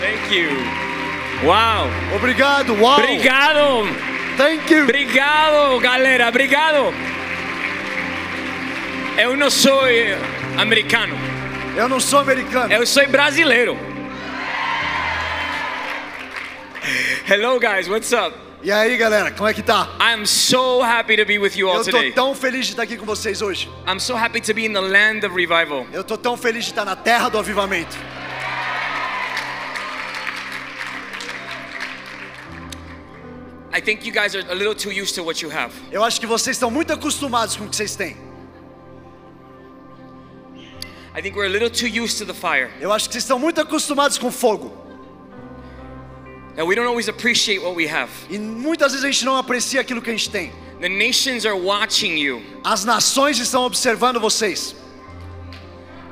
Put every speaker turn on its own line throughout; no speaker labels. Thank you. Wow.
Obrigado, wow.
Obrigado.
Thank you.
Obrigado, galera. Obrigado. Eu não sou eh, americano.
Eu não sou americano.
Eu sou brasileiro. Hello guys, what's up?
E aí, galera, como é que tá?
I'm so happy to be with you all
Eu tô
today.
tão feliz de estar aqui com vocês hoje.
I'm so happy to be in the land of revival.
Eu tô tão feliz de estar na terra do avivamento.
I think you guys are a little too used to what you have.
Eu acho que vocês estão muito acostumados com o que vocês têm.
I think we're a little too used to the fire.
Eu acho que vocês estão muito acostumados com fogo.
That we don't always appreciate what we have.
E muitas vezes a gente não aprecia aquilo que a gente tem.
The nations are watching you
As nações estão observando vocês.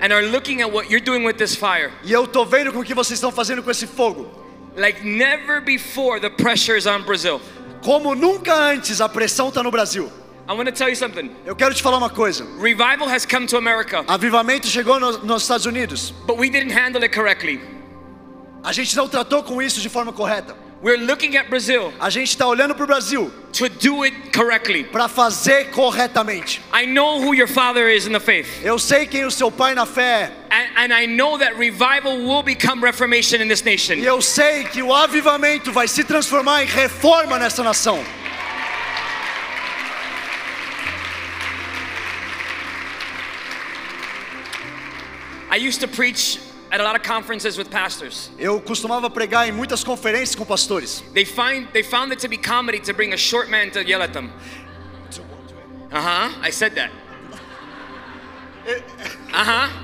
and are looking at what you're doing with this fire.
E eu tô vendo com o que vocês estão fazendo com esse fogo.
Like never before, the pressure is on Brazil.
Como nunca antes, a pressão tá no Brasil.
I want to tell you something.
Eu quero te falar uma coisa.
Revival has come to America,
Avivamento chegou no- nos Estados Unidos.
but we didn't handle it correctly.
A gente não tratou com isso de forma correta.
We're looking at Brazil
A gente está olhando para o Brasil
to do it correctly.
para fazer corretamente.
I know who your father is in the faith,
Eu sei quem o seu pai na fé é.
and, and I know that revival will become reformation in this
é, E
nation.
eu sei que o avivamento vai se transformar em reforma nessa nação.
I used to preach at a lot of conferences with pastors.
Eu costumava pregar em muitas conferências com pastores.
They find they found it to be comedy to bring a short man to yell at them. Uh huh. I said that. Uh huh.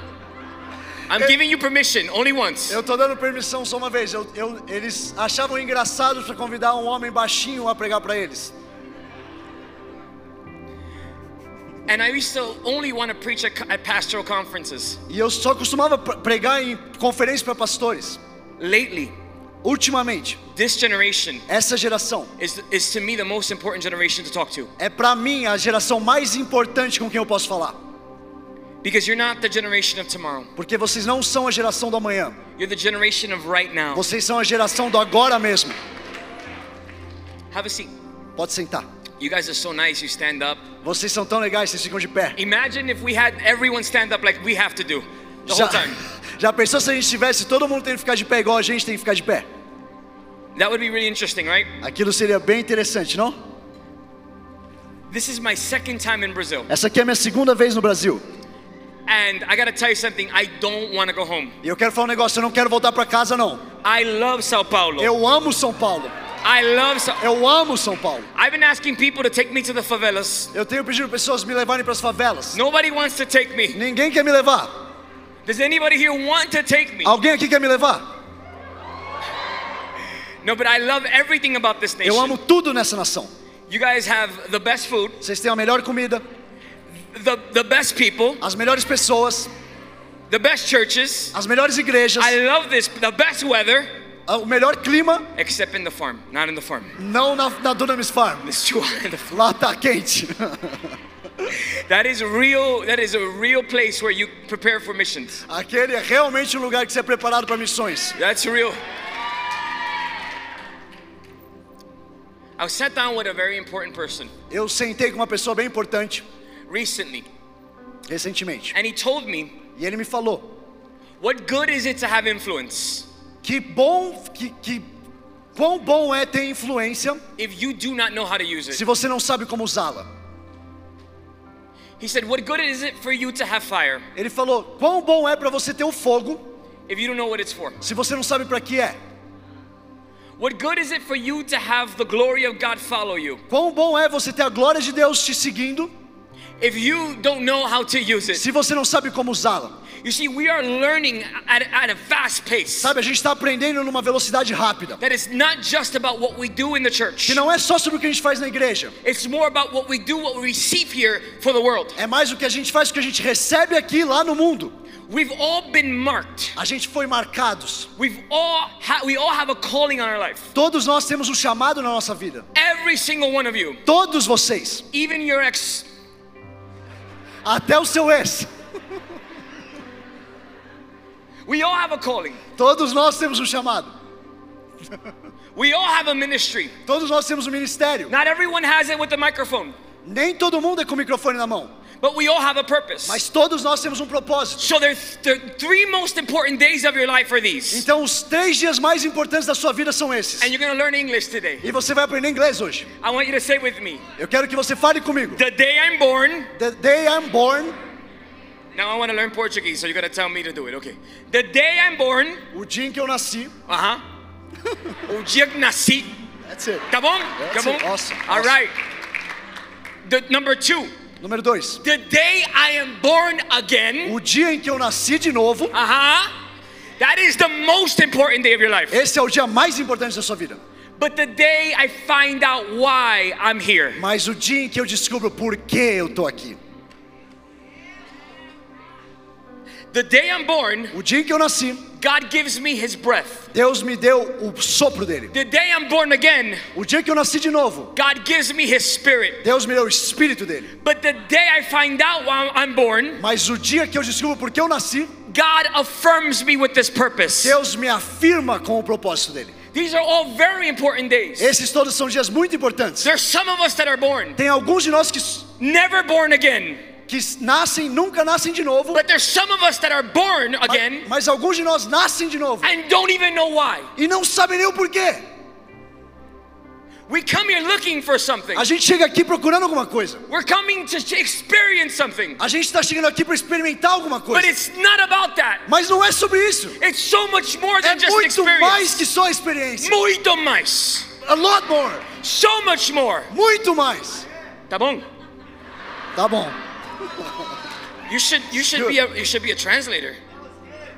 I'm giving you permission only once.
Eu tô dando permissão só uma vez. Eu- eu- eles achavam engraçado para convidar um homem baixinho a pregar para eles.
And I used to only want to preach at, at pastoral conferences.
E eu só costumava pre- pregar em conferências para pastores.
Lately,
Ultimamente,
this generation
essa geração
is, is to me the most important generation to talk to
é para mim a geração mais importante com quem eu posso falar,
because you're not the generation of tomorrow.
porque vocês não são a geração do amanhã.
You're the generation of right now.
Vocês são a geração do agora mesmo.
Have a seat.
Pode sentar.
You guys are so nice. You stand up.
Vocês são tão legais, vocês ficam de pé.
Imagine if we had everyone stand up like we have to do the whole
Já,
time.
já pensou se a gente tivesse todo mundo tem que ficar de pé igual a gente tem que ficar de pé?
That would be really interesting, right?
Aquilo seria bem interessante, não?
This is my second time in Brazil.
Essa aqui é a minha segunda vez no Brasil.
And I gotta tell you something, I don't wanna go home.
E eu quero falar um negócio, eu não quero voltar para casa não.
I love Sao Paulo.
Eu amo São Paulo.
I love Sao
Eu amo São Paulo.
I've been asking people to take me to the favelas.
Eu tenho pedido pessoas me levarem para as favelas.
Nobody wants to take me.
Ninguém quer me levar.
Does anybody here want to take me?
Alguém aqui quer me levar?
No, but I love everything about this nation.
Eu amo tudo nessa nação.
You guys have the best food,
Vocês têm a melhor comida,
the, the best people,
as melhores pessoas,
the best churches.
as melhores igrejas,
I love this, the best weather,
Ah, o melhor clima,
except in the farm, not in the farm.
não na, na Dunamis Farm.
It's too hot in the farm.
Lá tá quente.
That is real, that is a real place where you prepare for missions.
Aquele é realmente um lugar que você é preparado para missões.
That's real. I was sat down with a very important person
Eu sentei com uma pessoa bem importante
recently,
recentemente
and he told me,
e ele me falou
What good is it to have influence
que bom que, que quão bom é ter influência
if you do not know how to use it?
se você não sabe como usá-la.
He said, What good is it for you to have fire
Ele falou quão bom é para você ter o fogo
if you don't know what it's for?
se você não sabe para que é.
What good is it for you to have the glory of God follow you
Quão bom é você ter a glória de Deus te seguindo
if you don't know how to use it?
se você não sabe como usá-la.
You see, we are learning at, at a fast pace.
Sabe, a gente está aprendendo numa velocidade rápida.
That it's not just about what we do in the church.
Que não é só sobre o que a gente faz na igreja.
It's more about what we do, what we receive here for the world.
É mais o que a gente faz, o que a gente recebe aqui lá no mundo.
We've all been marked.
A gente foi marcados.
We've all ha- we all have a calling on our life.
Todos nós temos um chamado na nossa vida.
Every single one of you,
Todos vocês,
even your ex,
até o seu ex,
we all have a calling.
todos nós temos um chamado.
We all have a ministry.
Todos nós temos um ministério.
Not everyone has it with a microphone,
Nem todo mundo é com o microfone na mão.
but we all have a purpose.
Mas todos nós temos um propósito.
So the the three most important days of your life are these.
Então, os três dias mais importantes da sua vida são esses.
And you're going to learn English today.
E você vai aprender inglês hoje.
I want you to say with me.
Eu quero que você fale comigo.
The day I'm born,
The day I'm born,
now I want to learn Portuguese, so you're going to tell me to do it. Okay. The day I'm born,
o dia em que eu nasci.
uh-huh. O dia que nasci.
That's it.
Tá bom? Tá
That's
bom?
it. Awesome.
All
Awesome.
right. The number 2,
Número dois.
the day I am born again,
O dia em que eu nasci de novo.
uh-huh. That is the most important day of your life.
Esse é o dia mais importante da sua vida.
But the day I find out why I'm here.
Mas o dia em que eu descubro por que eu tô aqui.
The day I'm born,
O dia em que eu nasci,
God gives me his breath.
Deus me deu o sopro dele.
The day I'm born again,
O dia que eu nasci de novo,
God gives me his spirit.
Deus me deu o espírito dele.
But the day I find out why I'm born,
Mas o dia que eu descubro por que eu nasci,
God affirms me with this purpose.
Deus me afirma com o propósito dele.
These are all very important days.
Esses todos são dias muito importantes.
There's some of us that are born,
Tem alguns de nós que,
never born again.
que nascem, nunca nascem de novo.
But there's some of us that are born
Mas,
again
mas alguns de nós nascem de novo
and don't even know why.
e não sabem nem o porquê.
We come here looking for something.
A gente chega aqui procurando alguma coisa.
We're coming to experience something.
A gente está chegando aqui para experimentar alguma
But
coisa.
it's not about that.
Mas não é sobre isso.
It's so much more
É
than just an
muito mais
experience.
que só experiência.
Muito mais.
A lot more.
So much more.
Muito mais.
Tá bom?
Tá bom.
You should you should be a you should be a translator.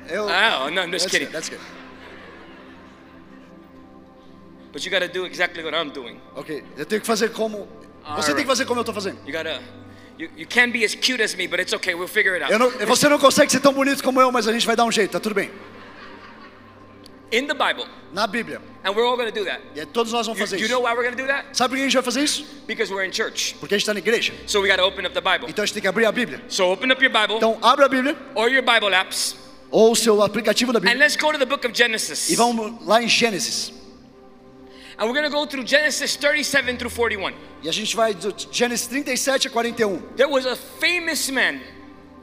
Eu,
Oh no, I'm just
that's
kidding.
good, that's good.
But you gotta do exactly what I'm doing.
Ok, eu tenho que fazer como. Você tem que fazer como eu tô fazendo.
You gotta you, you can't be as cute as me, but it's okay, we'll figure it out.
Eu não, você não consegue ser tão bonito como eu, mas a gente vai dar um jeito, tá tudo bem.
In the Bible,
Na Bíblia.
and we're all gonna do that.
E aí todos nós vamos
You,
fazer
you
isso.
know why we're gonna do that?
Sabe por que a gente vai fazer isso?
Because we're in church.
Porque a gente tá na igreja.
So we gotta open up the Bible.
Então a gente tem que abrir a Bíblia.
So open up your Bible
Então abre a Bíblia,
or your Bible apps
ou o seu aplicativo da
and
Bíblia,
let's go to the book of Genesis.
e vamos lá em Gênesis.
And we're gonna go through Genesis 37 through 41.
E a gente vai do Gênesis 37 a 41.
There was a famous man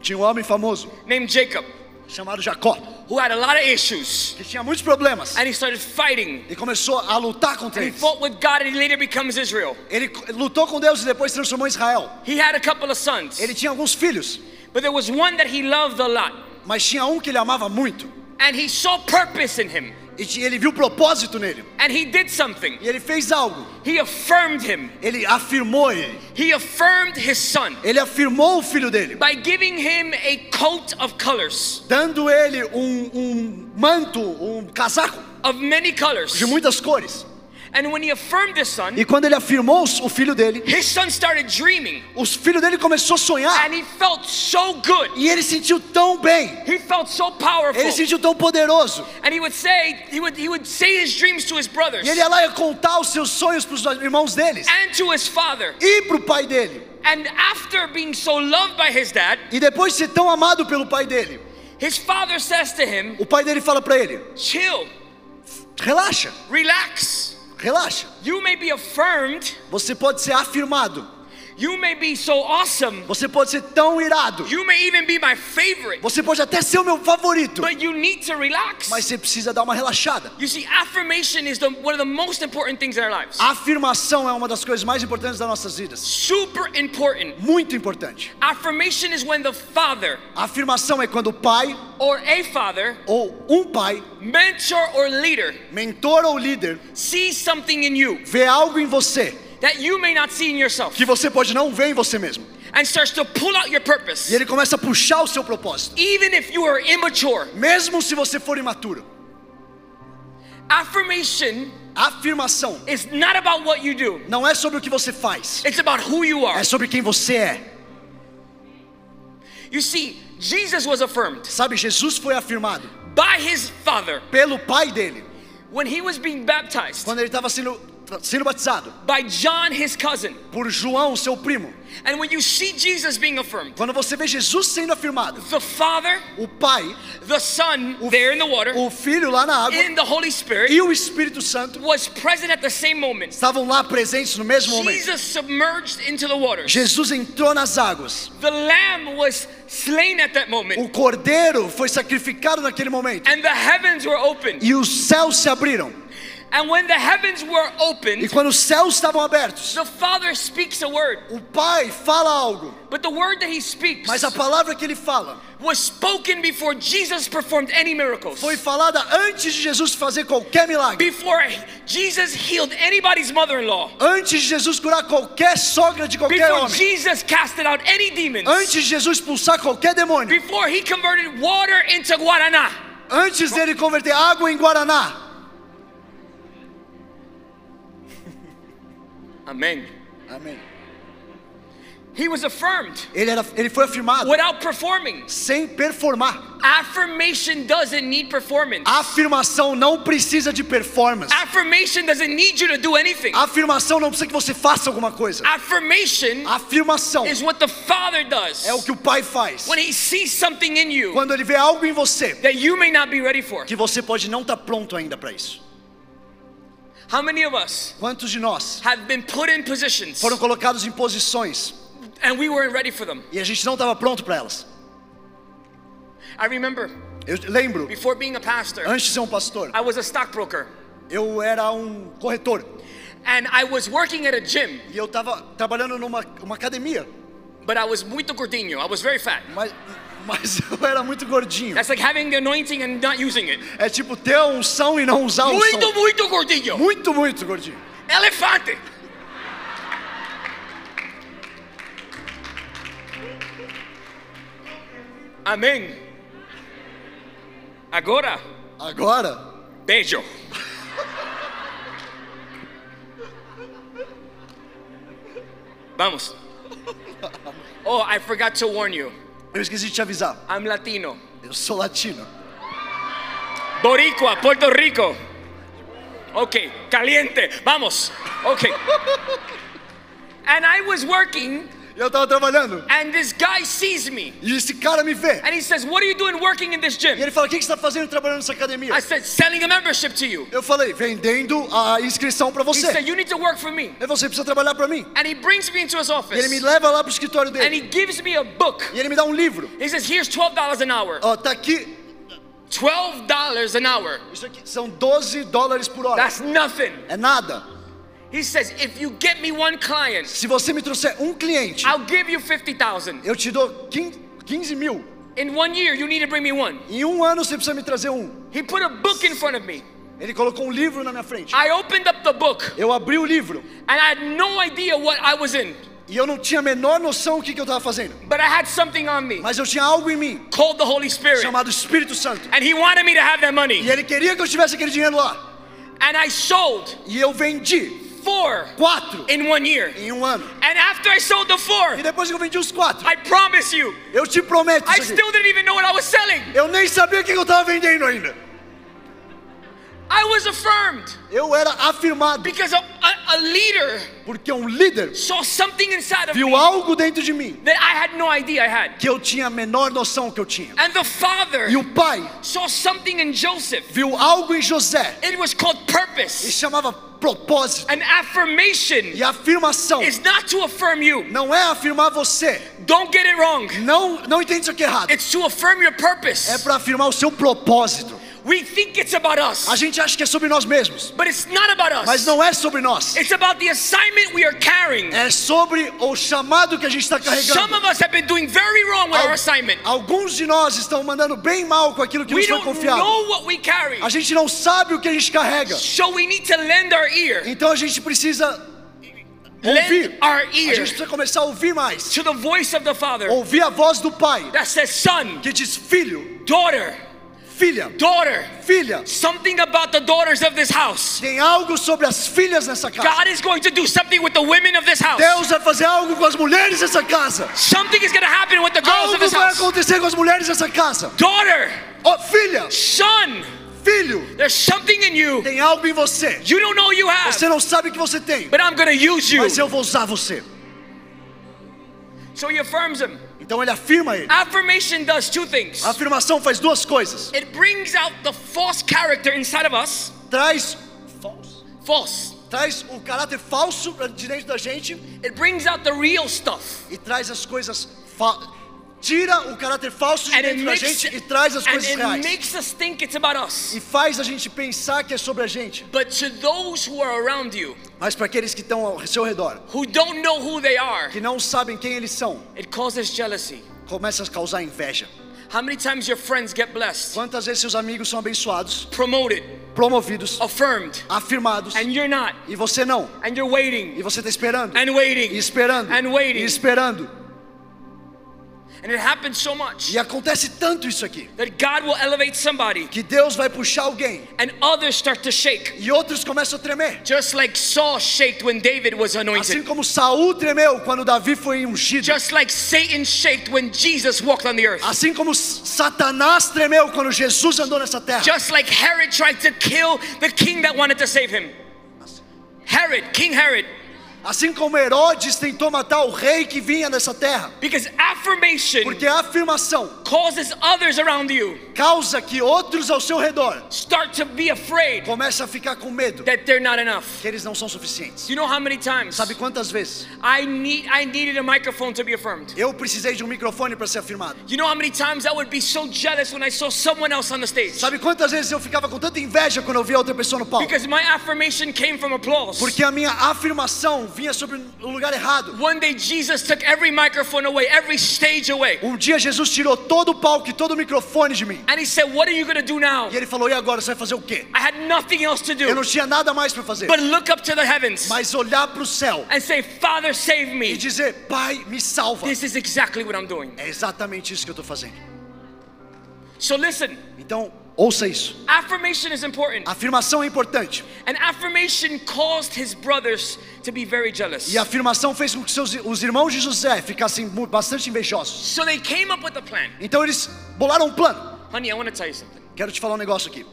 Tinha um homem famoso
named Jacob
chamado Jacó,
who had a lot of issues
que tinha muitos problemas.
and he started fighting
E começou a lutar contra
And he
eles.
fought with God and he later becomes Israel.
Ele c- lutou com Deus e depois transformou Israel.
He had a couple of sons,
Ele tinha alguns filhos,
but there was one that he loved a lot.
mas tinha um que ele amava muito.
And he saw purpose in him.
E ti- ele viu propósito nele.
And he did something.
E ele fez algo.
He affirmed him.
Ele afirmou ele.
He affirmed his son
Ele afirmou o filho dele,
by giving him a coat of colors,
dando ele um, um manto, um casaco
of many colors.
de muitas cores.
And when he affirmed his son,
E quando ele afirmou os- o filho dele,
his son started dreaming.
os filhos dele começou a sonhar.
And he felt so good.
E ele sentiu tão bem.
He felt so
Ele
powerful.
sentiu tão poderoso.
And he would say, he would, he would say his dreams to his brothers
E ele ia lá e contar os seus sonhos para os irmãos deles
and to his father.
e para o pai dele.
And after being so loved by his dad,
E depois de ser tão amado pelo pai dele,
his father says to him,
o pai dele fala para ele:
Chill,
relaxa,
relax.
relaxa.
You may be affirmed,
Você pode ser afirmado.
you may be so awesome,
Você pode ser tão irado.
you may even be my favorite,
Você pode até ser o meu favorito.
but you need to relax.
Mas você precisa dar uma relaxada.
You see, affirmation is the, one of the most important things in our lives.
A afirmação é uma das coisas mais importantes das nossas vidas.
Super important.
Muito importante.
Affirmation is when the father
A afirmação é quando o pai
or a father,
ou um pai,
mentor or leader,
mentor ou líder,
sees something in you
vê algo em você
that you may not see in yourself
que você pode não ver em você mesmo.
and starts to pull out your
E
purpose.
ele começa a puxar o seu propósito.
Even if you are immature,
Mesmo se você for imaturo.
affirmation
A afirmação
It's not about what you do.
não é sobre o que você faz,
It's about who you are.
é sobre quem você é.
You see, Jesus was affirmed
Sabe, Jesus foi afirmado
by his father
pelo pai dele
when he was being baptized.
quando ele estava sendo sendo batizado
by John, his cousin.
por João, seu primo.
And when you see Jesus being affirmed,
Quando você vê Jesus sendo afirmado,
the Father,
o Pai,
the Son,
o,
there in the water,
o Filho lá na água
in the Holy Spirit,
e o Espírito Santo
was present at the same moment.
estavam lá presentes no mesmo momento.
Jesus submerged into the water.
Jesus entrou nas águas.
The lamb was slain at that moment,
O cordeiro foi sacrificado naquele momento.
and the heavens were opened.
E os céus se abriram.
And when the heavens were
E
opened,
quando os céus estavam abertos,
the Father speaks a word,
o Pai fala algo.
but the word that he speaks
Mas a palavra que ele fala
was spoken before Jesus performed any miracles.
foi falada antes de Jesus fazer qualquer milagre.
Before Jesus healed anybody's mother-in-law.
Antes de Jesus curar qualquer sogra de qualquer
Before
homem.
Jesus casted out any demons.
Antes de Jesus expulsar qualquer demônio.
Before he converted water into guarana.
Antes dele converter água em guaraná.
Amen.
Amém.
He was affirmed
Ele, era, ele foi afirmado
without performing.
sem performar.
Affirmation doesn't need performance.
A afirmação não precisa de performance.
Affirmation doesn't need you to do anything.
A afirmação não precisa que você faça alguma coisa.
Affirmation
A afirmação
is what the Father does
é o que o Pai faz.
when He sees something in you
Quando ele vê algo em você
that you may not be ready for.
que você pode não estar pronto ainda para isso.
How many of us
Quantos de nós
have been put in positions
foram colocados em posições
and we weren't ready for them?
e a gente não estava pronto para elas?
I remember
Eu lembro,
before being a pastor,
antes de ser um pastor,
I was a stockbroker
eu era um corretor
and I was working at a gym,
e eu estava trabalhando numa uma academia,
but I was muito gordinho. I was very fat.
mas, mas eu era muito gordinho.
That's like having the anointing and not using it.
É tipo ter a unção e não usar a unção.
Muito, muito gordinho.
Muito, muito gordinho.
Elefante. Amém. Agora,
Agora,
beijo. Vamos. Oh, I forgot to warn you.
eu esqueci de te avisar,
I'm Latino.
eu sou latino.
Boricua, Puerto Rico. Okay, caliente. Vamos. Okay. and I was working,
E eu tava trabalhando
and this guy sees me,
e esse cara me vê.
and he says, "What are you doing working in this
E
gym?"
ele fala: O que que você tá fazendo trabalhando nessa academia?
I said, "Selling a membership to you."
Eu falei: Vendendo a inscrição para
He
você.
said, "You need to work for me."
E você precisa trabalhar para mim.
And he brings me into his
E ele me
office,
leva lá pro escritório
and
dele.
he gives me a book.
E ele me dá um livro.
He says, "Here's twelve dollars an hour."
Ó, tá aqui.
Twelve dollars an hour.
Isso aqui são 12 dólares por hora.
That's nothing.
É nada.
He says, "If you get me one client,
Se você me trouxer um cliente,
I'll give you fifty thousand.
eu te dou 15, 15 mil.
In one year, you need to bring me one."
Em um ano você precisa me trazer um.
He put a book in front of me.
Ele colocou um livro na minha frente.
I opened up the book
Eu abri o livro
and I had no idea what I was in,
e eu não tinha a menor noção do que, que eu tava fazendo.
but I had something on me
Mas eu tinha algo em mim
called the Holy Spirit.
chamado Espírito Santo.
And he wanted me to have that
E
money.
ele queria que eu tivesse aquele dinheiro lá.
And I sold
E eu vendi
four
quatro
in one year.
em um ano.
And after I sold the four,
E depois que eu vendi os quatro,
I promise you,
eu te prometo
I
isso aqui.
still didn't even know what I was selling.
Eu nem sabia o que que eu tava vendendo ainda.
I was affirmed
Eu era afirmado
because a, a, a leader
porque um líder
saw something inside of
viu
me
algo dentro de mim
that I had no idea I had.
que eu tinha a menor noção que eu tinha.
And the
E
father
o pai
saw something in Joseph.
viu algo em José
It was called
e
purpose.
chamava propósito
An affirmation
e afirmação.
is not to affirm you.
Não é afirmar você.
Don't get it wrong.
Não, não entende isso aqui errado.
It's to affirm your
É
purpose.
para afirmar o seu propósito.
We think it's about
A
us,
gente acha que é sobre nós mesmos,
but it's not about
mas
us.
não é sobre nós.
It's about the assignment we are carrying.
É sobre o chamado que a gente está
Some
carregando.
of us have been doing very wrong with our
Al-
assignment.
Alguns de nós estão mandando bem mal com aquilo que
We
nos foi
don't
confiado.
know what we carry.
A gente não sabe o que a gente carrega.
So we need to lend our ear.
Então a gente precisa,
Lend our
a
ear
gente precisa começar a ouvir mais.
to the voice of the Father
Ouvir a voz do Pai
that says, Son,
que diz: Filho,
daughter,
filha,
daughter.
filha.
Something about the daughters of this house.
Tem algo sobre as filhas nessa casa.
God is going to do something with the women of this house.
Deus vai fazer algo com as mulheres dessa casa.
Something is going to happen with the girls of
Algo
this
vai
house.
acontecer com as mulheres dessa casa.
Daughter,
Ó, filha,
son,
Filho,
There's something in you
tem algo em você.
you don't know you have,
Você não sabe o que você tem,
but I'm gonna use you.
mas eu vou usar você.
So he affirms him.
Então ele afirma ele.
Affirmation does two things
A afirmação faz duas coisas.
it brings out the false character inside of us,
Traz falso.
false.
Traz o caráter falso pra- de dentro da gente
It brings out the real stuff.
e traz as coisas fa... Tira o caráter falso de
And it
dentro da
makes,
gente e traz as
and
coisas
it
reais.
makes us think it's about us.
E faz a gente pensar que é sobre a gente.
But to those who are around you,
Mas para aqueles que estão ao seu redor,
who don't know who they are,
que não sabem quem eles são,
it causes jealousy.
começa a causar inveja.
How many times your friends get blessed,
Quantas vezes seus amigos são abençoados,
promoted,
promovidos,
affirmed,
afirmados,
and you're not,
e você não?
and you're
E
waiting
você está esperando,
and waiting
e esperando,
and waiting.
e esperando.
And it happens so much
E acontece tanto isso aqui,
that God will elevate somebody
que Deus vai puxar alguém
and others start to shake.
e outros começam a tremer.
Just like Saul shaked when David was
Assim
anointed.
como Saul tremeu quando Davi foi ungido.
Just like Satan shaked when Jesus walked on the earth.
Assim como S- Satanás tremeu quando Jesus andou nessa terra.
Just like Herod tried to kill the king that wanted to save him. Herod, King Herod.
Assim como Herodes tentou matar o rei que vinha nessa terra.
Because affirmation
Porque a afirmação
causes others around you
causa que outros ao seu redor
start to be afraid
começam a ficar com medo
that they're not enough.
que eles não são suficientes.
Do you know how many times
Sabe quantas vezes
I need I needed a microphone to be affirmed?
eu precisei de um microfone para ser afirmado?
You know how many times I would be so jealous when I saw someone else on the stage?
Sabe quantas vezes eu ficava com tanta inveja quando eu via outra pessoa no palco?
Because my affirmation came from applause.
Porque a minha afirmação vinha sobre o lugar errado.
One day Jesus took every microphone away, every stage away.
Um dia Jesus tirou todo o palco e todo o microfone de mim.
And he said, What are you gonna do now?
E ele falou: "E agora você vai fazer o quê?"
I had nothing else to
Eu
do
não tinha nada mais para fazer,
but look up to the heavens
mas olhar para o céu
and say, Father, save
e
me.
dizer: "Pai, me salva".
This is exactly what I'm doing.
É exatamente isso que eu tô fazendo.
So listen,
Então, ouça isso.
affirmation is important.
A afirmação é importante.
And affirmation caused his brothers to be very jealous.
E a afirmação fez com que seus os irmãos de José ficassem mu- bastante invejosos.
So they came up with a plan.
Então eles bolaram um plano.
Honey, I want to tell you something.
Quero te falar um negócio aqui.
I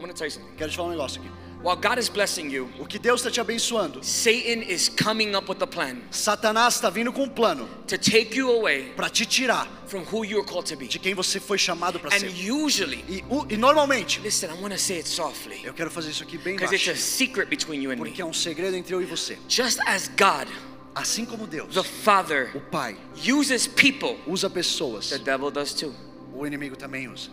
want to tell you something.
Quero te falar um negócio aqui.
While God is blessing you,
O que Deus está te abençoando,
Satan is coming up with a plan
Satanás está vindo com um plano
to take you away
para te tirar
from who you're called to be.
de quem você foi chamado para
And
ser.
usually,
E, o- e normalmente,
listen, I want to say it softly
eu quero fazer isso aqui bem
because it's a
baixo,
secret between you and me.
porque é um segredo entre eu e você.
Just as God,
Assim como Deus,
the Father,
o Pai,
uses people,
usa pessoas,
the devil does too.
o inimigo também usa.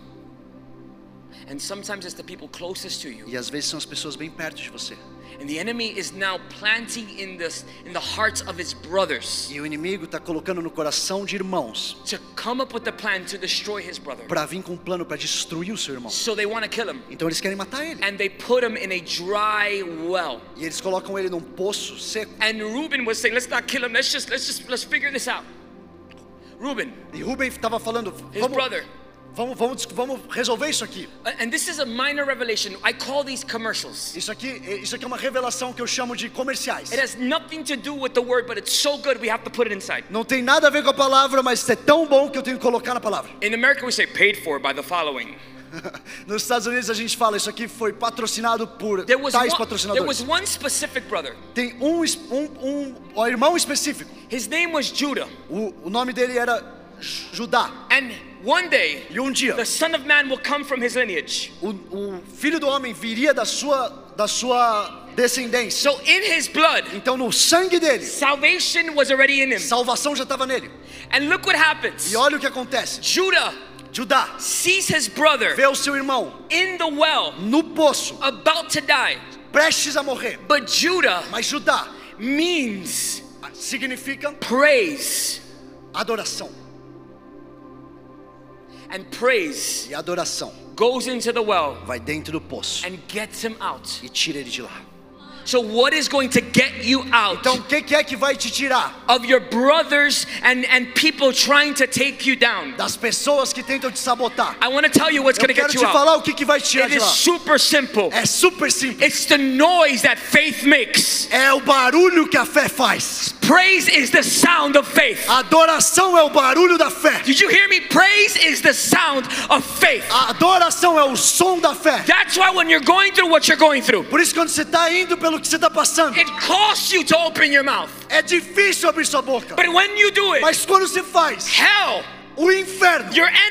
And sometimes it's the people closest to you.
E às vezes são as pessoas bem perto de você.
And the enemy is now planting in this in the hearts of his brothers
E o inimigo está colocando no coração de irmãos
to come up with a plan to destroy his brother.
para vir com um plano para destruir o seu irmão.
So they want to kill him.
Então eles querem matar ele.
And they put him in a dry well.
E eles colocam ele num poço seco.
And Reuben was saying, let's not kill him. Let's just let's just let's figure this out. Reuben,
E Ruben estava falando,
his
vamos,
brother.
vamos, vamos, dis- vamos resolver isso aqui.
Uh, And this is a minor revelation. I call these commercials.
Isso aqui, isso aqui é uma revelação que eu chamo de comerciais.
It has nothing to do with the word, but it's so good we have to put it inside.
Não tem nada a ver com a palavra, mas é tão bom que eu tenho que colocar na palavra.
In America we say paid for by the following.
Nos Estados Unidos a gente fala, isso aqui foi patrocinado por
There was one,
tais
there
patrocinadores.
was one specific brother.
Tem um, es- um, um, ó, irmão específico.
His name was Judah.
O, o nome dele era Ju- Judá.
And one day
E um dia,
the son of man will come from his lineage.
o, o filho do homem viria da sua, da sua descendência.
So in his blood,
Então no sangue dele,
salvation was already in him.
salvação já estava nele.
And look what happens.
E olha o que acontece.
Judah
Judá
sees his brother
vê o seu irmão
in the well,
no poço,
about to die.
prestes a morrer.
But Judah
Mas Judá
means
significa
praise.
adoração.
And praise
E adoração
goes into the well
vai dentro do poço
and gets him out.
e tira ele de lá.
So, what is going to get you out
Então, o que, que é que vai te tirar
of your brothers and, and people trying to take you down?
das pessoas que tentam te sabotar?
I want to tell you what's
Eu
going to
quero
get
te
you out.
falar o que, que vai te tirar
It
de
is
lá.
super simple.
É super simples.
It's the noise that faith makes.
É o barulho que a fé faz.
Praise is the sound of
Ah.
faith.
Adoração é o barulho da fé.
Did you hear me? Praise is the sound of faith.
A adoração é o som da fé.
That's why when you're going through what you're going through,
Por isso, quando você está indo pelo que você está passando,
it costs you to open your mouth.
é difícil abrir sua boca.
But when you do it,
Mas quando você faz,
hell,
o inferno,
your
os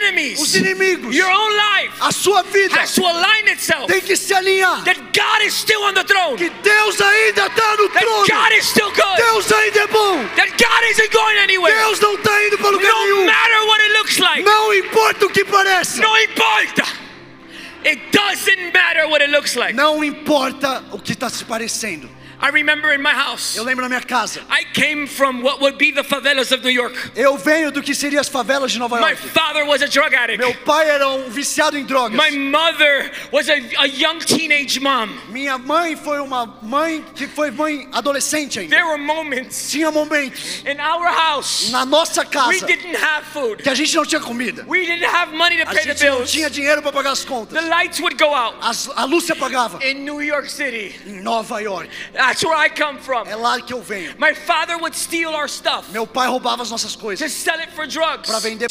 enemies,
inimigos,
your own life
a sua vida
has to align itself
tem que se alinhar.
that God is still on the throne,
Que Deus ainda está no
that God
trono.
is still good,
Deus ainda é bom.
that God isn't going anywhere.
Deus não está indo para lugar
No
nenhum.
matter what it looks like,
Não importa o que parece.
no importa. It doesn't matter what it looks like.
Não importa o que está se parecendo.
I remember in my house,
Eu lembro na minha casa.
I came from what would be the favelas of New York.
Eu venho do que seria as favelas de Nova
My
York.
father was a drug addict.
Meu pai era um viciado em drogas.
My mother was a, a young teenage mom.
Minha mãe foi uma mãe que foi mãe adolescente ainda.
There were moments
Tinha momentos
in our house
na nossa
we
casa
didn't have food.
que a gente não tinha comida.
We didn't have money to
A
pay the
gente não
bills.
tinha dinheiro para pagar as
The
contas.
lights would go out
As- a luz se apagava
in New York City.
em Nova York.
That's where I come from.
É lá que eu venho.
My father would steal our stuff
Meu pai roubava as nossas
to
coisas
sell it for
para
drugs.
vender.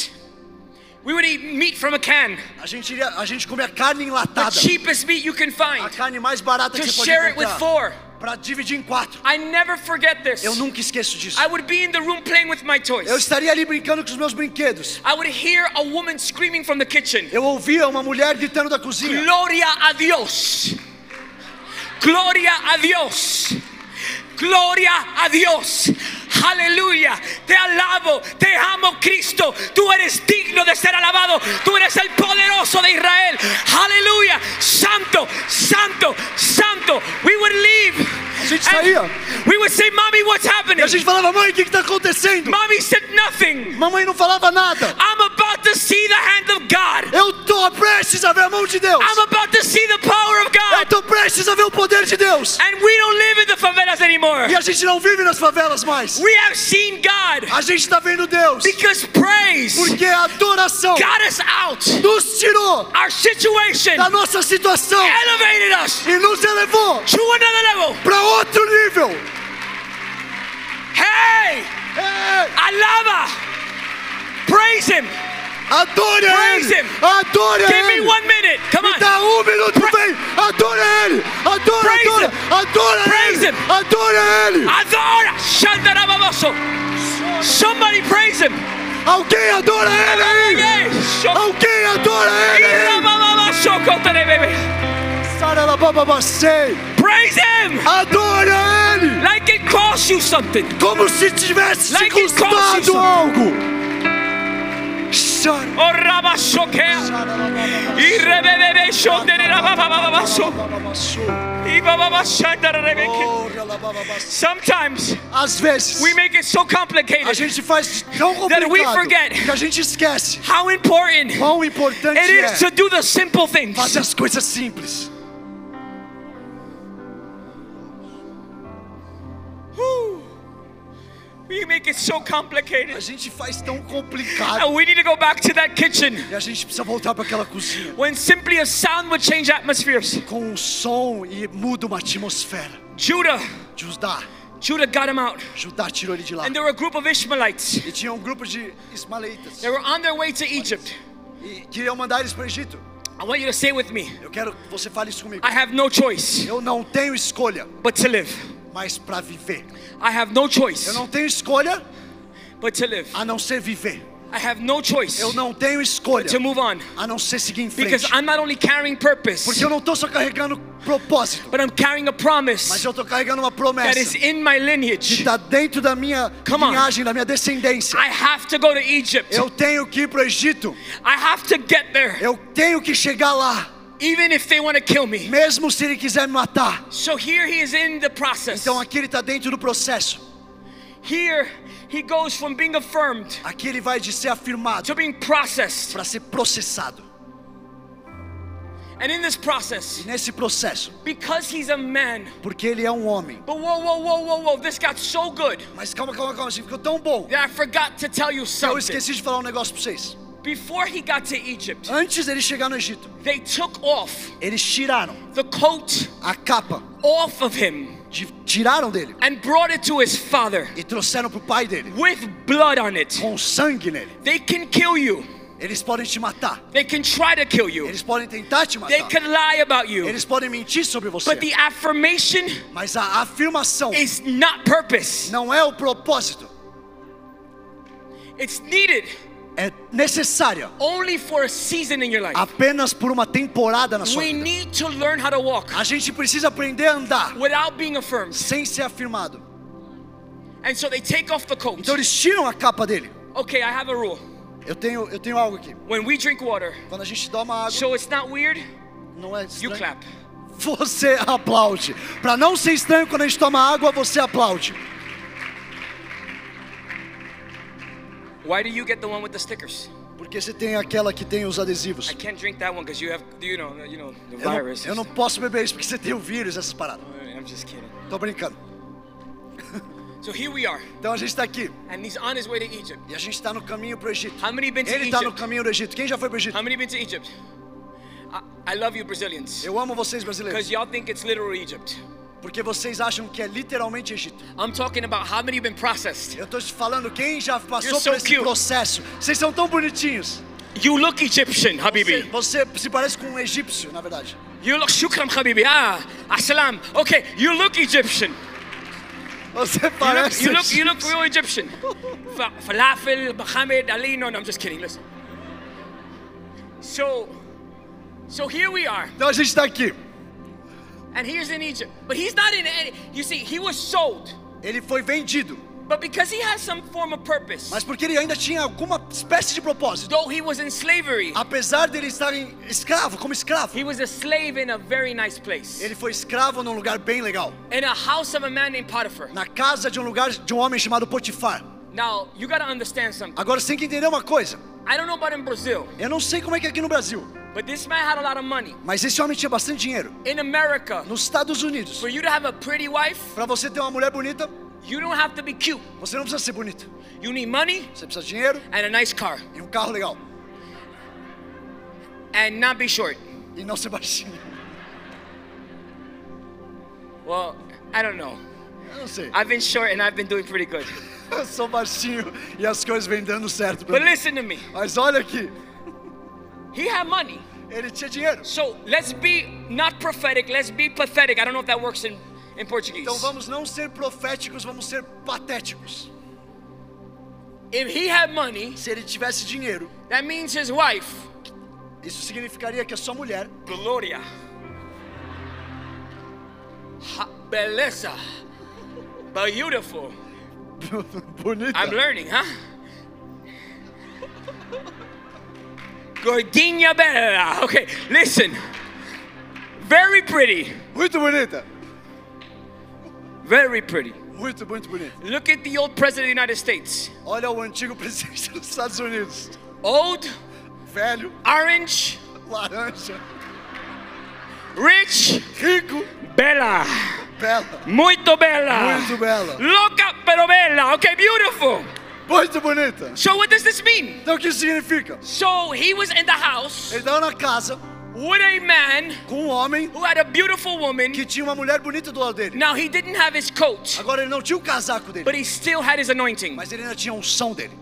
We would eat meat from a can,
A gente iria, a gente comia carne
the
enlatada,
cheapest meat you can
a
find,
carne mais barata
to
que você
share
pode
it with
comprar,
four.
para dividir em quatro.
I never forget
Eu
this.
nunca esqueço disso.
I would be in the room playing with my
Eu
toys.
estaria ali brincando com os meus brinquedos.
I would hear a woman screaming from the kitchen.
Eu ouvia uma mulher gritando da cozinha.
Gloria a Dios. Gloria a Dios. Gloria a Dios. Aleluya. Te alabo. Te amo, Cristo. Tú eres digno de ser alabado. Tú eres el poderoso de Israel. Aleluya. Santo, santo, santo. We would leave.
gente
and
saía.
We would say, Mommy, what's
E
happening?
a gente falava, mãe, o que está acontecendo?
Mommy said nothing.
Mamãe não falava nada.
I'm about to see the hand of God.
Eu tô prestes a ver a mão de Deus.
I'm about to see the power of God.
Eu tô prestes a ver o poder de Deus.
And we don't live in the favelas anymore.
E a gente não vive nas favelas mais.
We have seen God
A gente tá vendo Deus.
because praise
Porque a adoração
got us out.
nos tirou
Our situation
da nossa situação
elevated us
e nos elevou
to another level.
para outro nível.
Hey,
Ei,
Alaba, praise Him.
adore a
Praise
Ele.
Him.
Adore a
Give me
Ele.
one minute. Come
Me
on.
dá um minuto, vem. Adora Ele. Adora,
Praise
adora.
Him.
Adora
Praise
Ele.
Him.
Adora Ele.
Adora, Shandarababaso. Somebody praise Him.
Alguém adora Ele aí.
Hey, so-
Alguém adora Ele aí.
Irabababaso, kotarebebe.
Sararabababacei.
Praise Him
Adora Ele.
like it costs you something.
Como se tivesse
Like
te
it costs you
custado
something.
algo. Sara-
Oh, Rabasokea. Sometimes
Às vezes,
we make it so
a
complicated
gente faz tão
That we
complicado
forget.
que a gente esquece
how important
quão importante
it is to
é
do the simple things.
fazer as coisas simples.
Whew. We make it so
A
complicated.
gente faz tão complicado
And we need to go back to that kitchen
e a gente precisa voltar para aquela cozinha
when simply a sound would change atmospheres.
com um som e muda uma atmosfera.
Judah,
Judá,
Judah got him out.
Judá tirou ele de lá.
And there were a group of Ishmaelites.
E tinha um grupo de ismaelitas
They were on their way to Egypt.
e queriam mandar eles para o Egito.
I want you to say with me
Eu quero que você fale isso comigo.
I have no choice
Eu não tenho escolha,
but to live.
mas para viver.
I have no
Eu
choice
não tenho escolha
but to live.
a não ser viver.
I have no choice
Eu não tenho escolha
to move on
a não ser seguir em frente.
because I'm not only carrying purpose,
Porque eu não tô só carregando propósito,
but I'm carrying a
mas
promise
eu tô carregando uma
that
promessa
is in my
que
lineage.
tá dentro da minha
Come on.
linhagem, da minha descendência.
I have to go to Egypt.
Eu tenho que ir pro Egito.
I have to get there,
Eu tenho que chegar lá,
even if they want to kill me.
mesmo se ele quiser me matar.
So here he is in the process.
Então aqui ele tá dentro do processo.
Here he goes from being affirmed
Aqui ele vai de ser afirmado
to being processed.
para ser processado.
And in this process,
Nesse processo,
because he's a man,
porque ele é um homem.
but whoa, whoa, whoa, whoa, whoa, this got so good
Mas calma, calma, calma, gente, ficou tão bom.
that I forgot to tell you
Eu
something.
esqueci de falar um negócio pra vocês.
Before he got to Egypt,
Antes deles chegar no Egito,
they took off
eles tiraram
the coat
a capa,
off of him
de- tiraram dele
and brought it to his father
e trouxeram pro pai dele,
with blood on it.
com sangue nele.
They can kill you.
Eles podem te matar,
They can try to kill you.
eles podem tentar te
They
matar,
can lie about you.
eles podem mentir sobre você.
But the affirmation
Mas a afirmação
is not purpose.
não é o propósito,
It's needed
é necessária
only for a season in your life.
apenas por uma temporada na sua
We
vida.
need to learn how to walk
A gente precisa aprender a andar
without being affirmed.
sem ser afirmado.
And so they take off the coat.
Então eles tiram a capa dele.
Okay, I have a rule.
Eu tenho, eu tenho algo aqui.
When we drink water,
Quando a gente toma água,
so it's not weird,
não é
you
estranho.
clap.
Você aplaude. Para não ser estranho quando a gente toma água, você aplaude.
Why do you get the one with the stickers?
Porque você tem aquela que tem os adesivos.
I can't drink that one because you have, you know, you know, the
Eu não,
virus.
eu não posso beber isso porque você tem o vírus, essas paradas.
I'm just kidding.
Tô brincando.
So here we are,
Então a gente tá aqui
and he's on his way to Egypt.
e a gente tá no caminho pro Egito.
How many been to
Ele tá no
Egypt?
caminho do Egito. Quem já foi pro Egito?
How many been to Egypt? I, I love you Brazilians,
Eu amo vocês brasileiros,
because y'all think it's literal Egypt.
porque vocês acham que é literalmente Egito.
I'm talking about how many been processed.
Eu tô te falando quem já passou
You're so
por esse
cute.
processo. Vocês são tão bonitinhos.
You look Egyptian,
Você,
Habibi.
você se parece com um egípcio, na verdade.
You look shukram, Habibi. Ah, assalam. Okay, you look Egyptian.
Você
You look,
parece.
you look, you look real Egyptian. Fa- Falafel, Mohammed, Ali. No, no, I'm just kidding. Listen. So, so here we are,
Então a gente tá aqui.
and he's in Egypt. But he's not in any. You see, he was sold.
Ele foi vendido,
But because he has some form of purpose,
mas porque ele ainda tinha alguma espécie de propósito.
though he was in slavery,
Apesar dele estar em escravo, como escravo,
he was a slave in a very nice place,
ele foi escravo num lugar bem legal,
in a house of a man named Potiphar.
na casa de um lugar de um homem chamado Potifar.
Now, you gotta understand something.
Agora você tem que entender uma coisa.
I don't know about in Brazil,
Eu não sei como é que é aqui no Brasil,
but this man had a lot of money.
mas esse homem tinha bastante dinheiro.
In America,
Nos Estados Unidos,
for you to have a pretty wife,
pra você ter uma mulher bonita,
you don't have to be cute.
você não precisa ser bonita.
You need money
Você precisa de dinheiro
and a nice car
e um carro legal
and not be short.
e não ser baixinho.
Well, I don't know.
Eu não sei.
I've been short and I've been doing pretty good.
Eu sou baixinho e as coisas vêm dando certo pra
But
mim.
listen to me.
Mas olha aqui,
He had money.
ele tinha dinheiro.
So let's be not prophetic, let's be pathetic. I don't know if that works in, in Portuguese.
Então vamos não ser proféticos, vamos ser patéticos.
If he had money,
Se ele tivesse dinheiro,
that means his wife,
isso significaria que a sua mulher,
Gloria, ha- Beleza, beautiful.
bonita,
I'm learning, huh? Gordinha Bella. Okay, listen. Very pretty.
muito bonita,
Very pretty.
muito, muito bonita.
Look at the old president of the United States.
Olha o antigo presidente dos Estados Unidos,
Old,
velho,
orange,
laranja,
rich,
rico,
bella.
bela,
Muito bella.
Muito bella.
Loca pero bella. Okay, beautiful.
muito bonita.
So what does this mean?
Então o que isso significa?
So he was in the house
Ele estava na casa
with a man
com um homem
who had a beautiful woman.
que tinha uma mulher bonita do lado dele.
Now he didn't have his coat.
Agora ele não tinha o casaco dele,
But he still had his anointing.
mas ele ainda tinha a unção dele.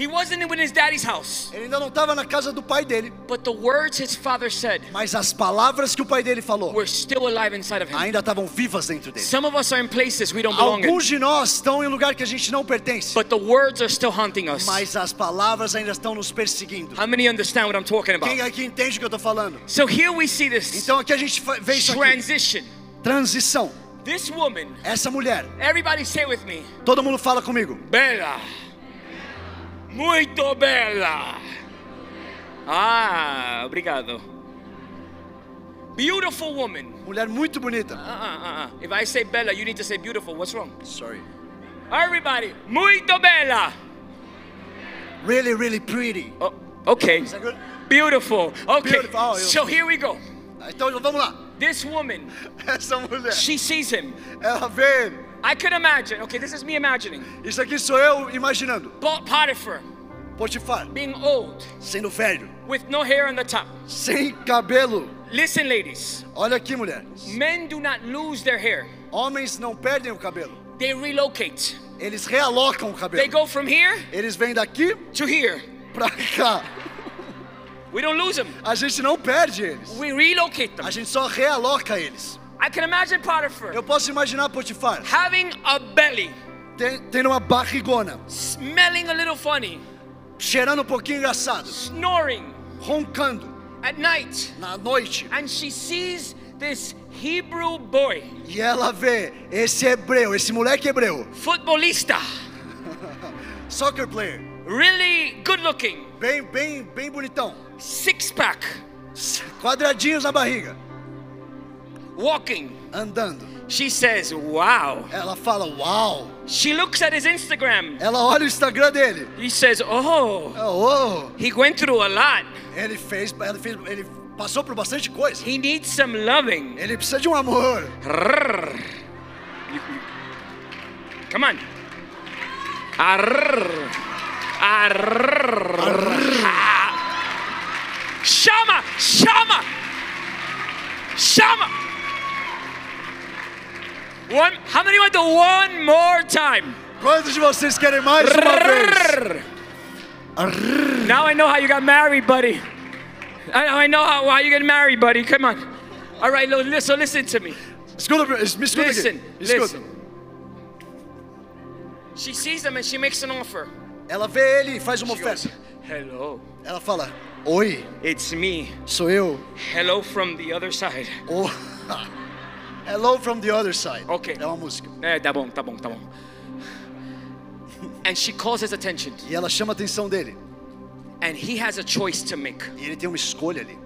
He wasn't in his daddy's house.
Ele ainda não estava na casa do pai dele,
But the words his father said
mas as palavras que o pai dele falou
were still alive inside of him.
ainda estavam vivas dentro dele.
Some of us are in places we don't belong in.
Alguns de nós estão em lugar que a gente não pertence,
But the words are still haunting us.
mas as palavras ainda estão nos perseguindo.
How many understand what I'm talking
Quem
about?
aqui entende o que eu tô falando?
So here we see this
Então aqui a gente fa- vê isso aqui.
transition.
Transição.
This woman,
Essa mulher,
everybody say it with me.
todo mundo fala comigo.
Bella. Muito bella. Ah, obrigado. Beautiful woman.
Mulher muito bonita.
Uh, uh, uh, uh. If I say bella, you need to say beautiful. What's wrong?
Sorry.
Everybody, muito bella.
Really, really pretty.
Oh, okay.
Is that good?
Beautiful. Okay.
Beautiful. Oh,
So here we go.
Então vamos lá.
This woman,
Essa mulher,
she sees him.
ela vê ele.
I could imagine. Okay, this is me imagining.
Isso aqui sou eu imaginando.
But Potiphar,
Potifar,
being old,
sendo velho,
with no hair on the top.
sem cabelo.
Listen, ladies,
Olha aqui, mulher.
men do not lose their hair,
Homens não perdem o cabelo.
they relocate.
Eles realocam o
They
cabelo.
go from here
Eles vêm daqui
to here.
pra cá.
We don't lose them,
A gente não perde eles.
we relocate them.
A gente só realoca eles.
I can imagine Potiphar
Eu posso imaginar Potifar
having a belly,
ten- tendo uma barrigona,
smelling a little funny,
cheirando um pouquinho engraçado,
snoring
roncando
at night,
na noite.
and she sees this Hebrew boy,
E ela vê esse hebreu, esse moleque hebreu,
futbolista,
soccer player,
really good looking,
bem, bem, bem bonitão,
six pack,
quadradinhos na barriga,
walking.
andando.
She says, Wow.
Ela fala, uau!
She looks at his Instagram.
Ela olha o Instagram dele.
He says, Oh,
Oh,
he went through a lot.
ele fez, ele fez, ele passou por bastante coisa.
He needs some loving.
Ele precisa de um amor.
Rrrr. Come on. Arrrr. Arrrr. Ah. Shama, Shama, Shama. One. How many want to one more time?
Quantos de vocês querem mais uma vez?
Rrrr. Now I know how you got married, buddy. I, I know how, how you got married, buddy. Come on. All right, lo- li- so listen to me.
Escuta, me escuta aqui.
Listen,
Me escuta.
listen. She sees him and she makes an offer.
Ela vê ele e faz uma
She goes,
oferta.
Hello,
Ela fala, oi,
it's me.
sou eu.
Hello from the other side.
Oh. Hello from the other side.
Ok.
É uma música.
Eh, tá bom, tá bom, tá bom. And she calls his attention,
E ela chama a atenção dele.
and he has a choice to make.
E ele tem uma escolha ali.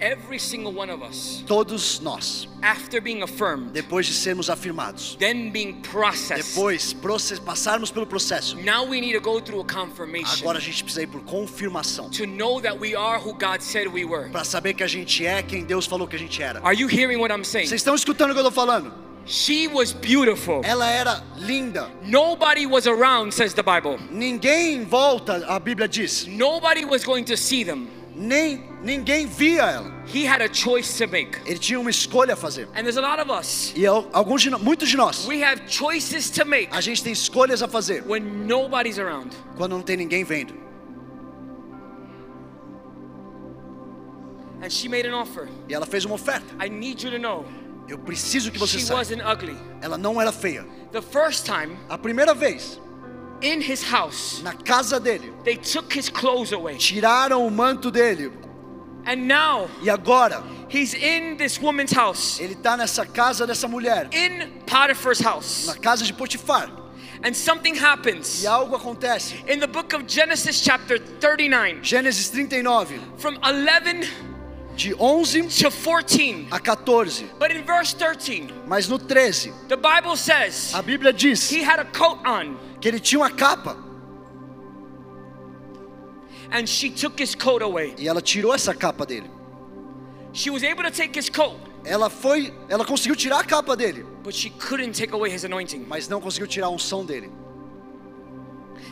Every single one of us,
Todos nós,
after being affirmed,
depois de sermos afirmados,
then being processed,
depois proce- passarmos pelo processo,
Now we need to go through a confirmation
agora a gente precisa ir por confirmação.
to know that we are who God said we were.
Pra saber que a gente é quem Deus falou que a gente era.
Are you hearing what I'm saying?
Vocês estão escutando o que eu tô falando?
She was beautiful.
Ela era linda.
Nobody was around, says the Bible.
Ninguém em volta, a Bíblia diz.
Nobody was going to see them.
Nem ninguém via ela.
He had a choice to make.
Ele tinha uma escolha a fazer.
And there's a lot of us.
E al- alguns de, no- muitos de nós,
We have choices to make
a gente tem escolhas a fazer
when nobody's around.
quando não tem ninguém vendo.
And she made an offer.
E ela fez uma oferta.
I need you to know
Eu preciso que você
she
saiba.
wasn't ugly.
Ela não era feia.
The first time
A primeira vez,
in his house,
na casa dele,
they took his clothes away.
tiraram o manto dele.
And now
E agora,
he's in this woman's house.
ele tá nessa casa dessa mulher,
in Potiphar's house
na casa de Potifar.
and something happens.
E algo acontece.
In the book of Genesis chapter 39
Gênesis 39,
from 11
de 11
to 14.
a 14.
But in verse 13,
Mas no 13,
the Bible says
a Bíblia diz
he had a coat on
que ele tinha uma capa
and she took his coat away.
e ela tirou essa capa dele.
She was able to take his coat,
Ela foi, ela conseguiu tirar a capa dele,
but she couldn't take away his anointing.
mas não conseguiu tirar a unção dele.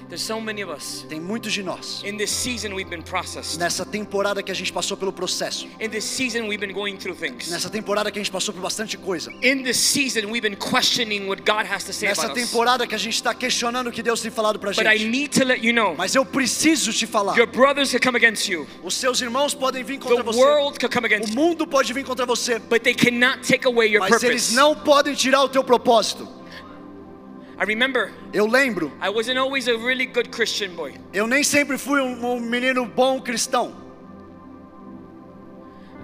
There's so many of us
Tem muitos de nós
in this season we've been processed.
nessa temporada que a gente passou pelo processo,
In this season we've been going through things.
nessa temporada que a gente passou por bastante coisa,
In this season we've been questioning what God has to say
nessa
about us.
temporada que a gente está questionando o que Deus tem falado pra
But I
gente.
need to let you know
Mas eu preciso te falar.
your brothers could come against you.
Os seus irmãos podem vir contra
The
você.
world could come
O
against you,
mundo pode vir contra você,
but they cannot take away your
mas eles
purpose.
não podem tirar o teu propósito.
I remember
Eu lembro,
I wasn't always a really good Christian boy.
eu nem sempre fui um, um menino bom cristão.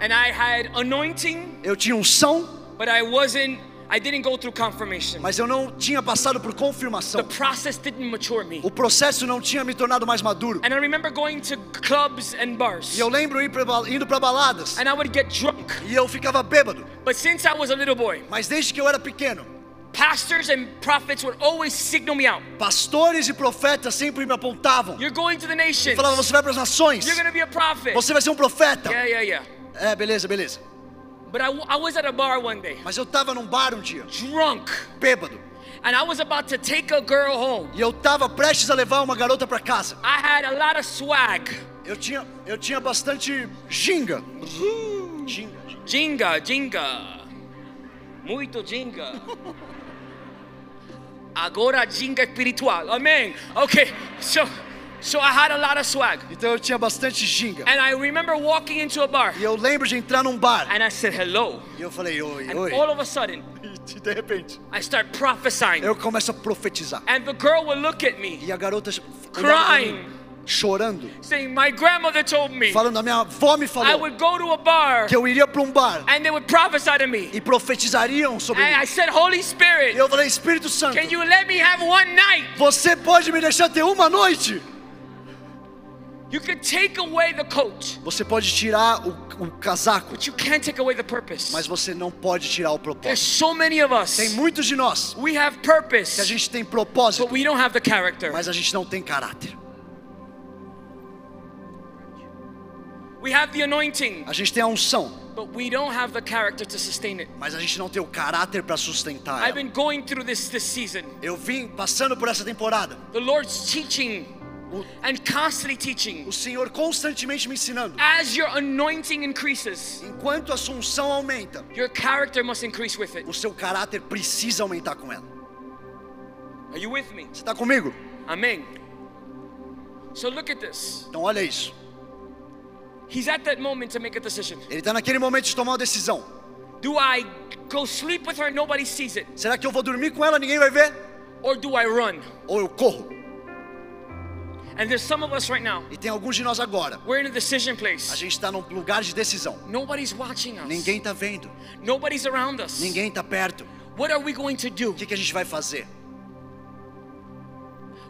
And I had anointing,
Eu tinha unção,
but I wasn't I didn't go through confirmation.
mas eu não tinha passado por
The
confirmação.
process didn't mature me.
O processo não tinha me tornado mais maduro.
And I remember going to clubs and
E
bars.
eu lembro ir pra ba- indo pra baladas
And I would get drunk.
e eu ficava bêbado.
But since I was a little boy,
Mas desde que eu era pequeno,
pastors and prophets would always signal me out.
pastores e profetas sempre me apontavam.
You're going to the nations.
Falavam, você vai para as nações,
You're going to be a prophet.
você vai ser um profeta.
Yeah, yeah, yeah.
É, beleza, beleza.
But I, w- I was at a bar one day,
Mas eu tava num bar um dia,
drunk.
bêbado.
and I was about to take a girl home.
E eu tava prestes a levar uma garota pra casa.
I had a lot of swag.
Eu tinha, eu tinha bastante ginga. Ginga.
Jinga, jinga. Muito jinga. Agora jinga espiritual. Amen. Okay. So so I had a lot of swag.
Então eu tinha bastante ginga.
And I remember walking into a bar
E eu lembro de entrar num bar.
and I said hello.
E eu falei, oi,
And
oi.
all of a sudden,
E de repente,
I start prophesying.
eu começo a profetizar.
And the girl would look at me,
E a garota olhava pra mim,
crying,
chorando,
saying, My grandmother told me
falando, a minha avó me
I
falou
would go to a bar
que eu iria pra um bar
and they would prophesy to me.
e profetizariam sobre
And
mim.
I said, Holy
E
Spirit,
eu falei, Espírito Santo,
can you let me have one night?
você pode me deixar ter uma noite?
You can take away the coat,
Você pode tirar o, o casaco,
but you can't take away the purpose.
mas você não pode tirar o
There's
propósito.
so many of
Tem
us.
muitos de nós
We have
que a
purpose,
gente tem propósito,
but we don't have the character.
mas a gente não tem caráter.
We have the anointing,
A gente tem a unção,
but we don't have the character to sustain it.
mas a gente não tem o caráter pra sustentar.
I've
Ela.
been going through this this season.
Eu vim passando por essa temporada,
The Lord's teaching
o,
and constantly teaching.
o Senhor constantemente me ensinando.
As your anointing increases,
Enquanto a sua unção aumenta,
your character must increase with it.
o seu caráter precisa aumentar com ela.
Are you with me?
Você tá comigo?
Amen. So look at this.
Então olha isso.
He's at that moment to make a decision.
Ele tá naquele momento de tomar uma decisão.
Do I go sleep with her? Nobody sees it.
Será que eu vou dormir com ela, ninguém vai ver?
Or do I run?
Ou eu corro?
And there's some of us right now.
E tem alguns de nós agora.
We're in a decision
A
place.
gente tá num lugar de decisão.
Nobody's watching us.
Ninguém tá vendo.
Nobody's around us.
Ninguém tá perto.
What are we going to do?
O que, que a gente vai fazer?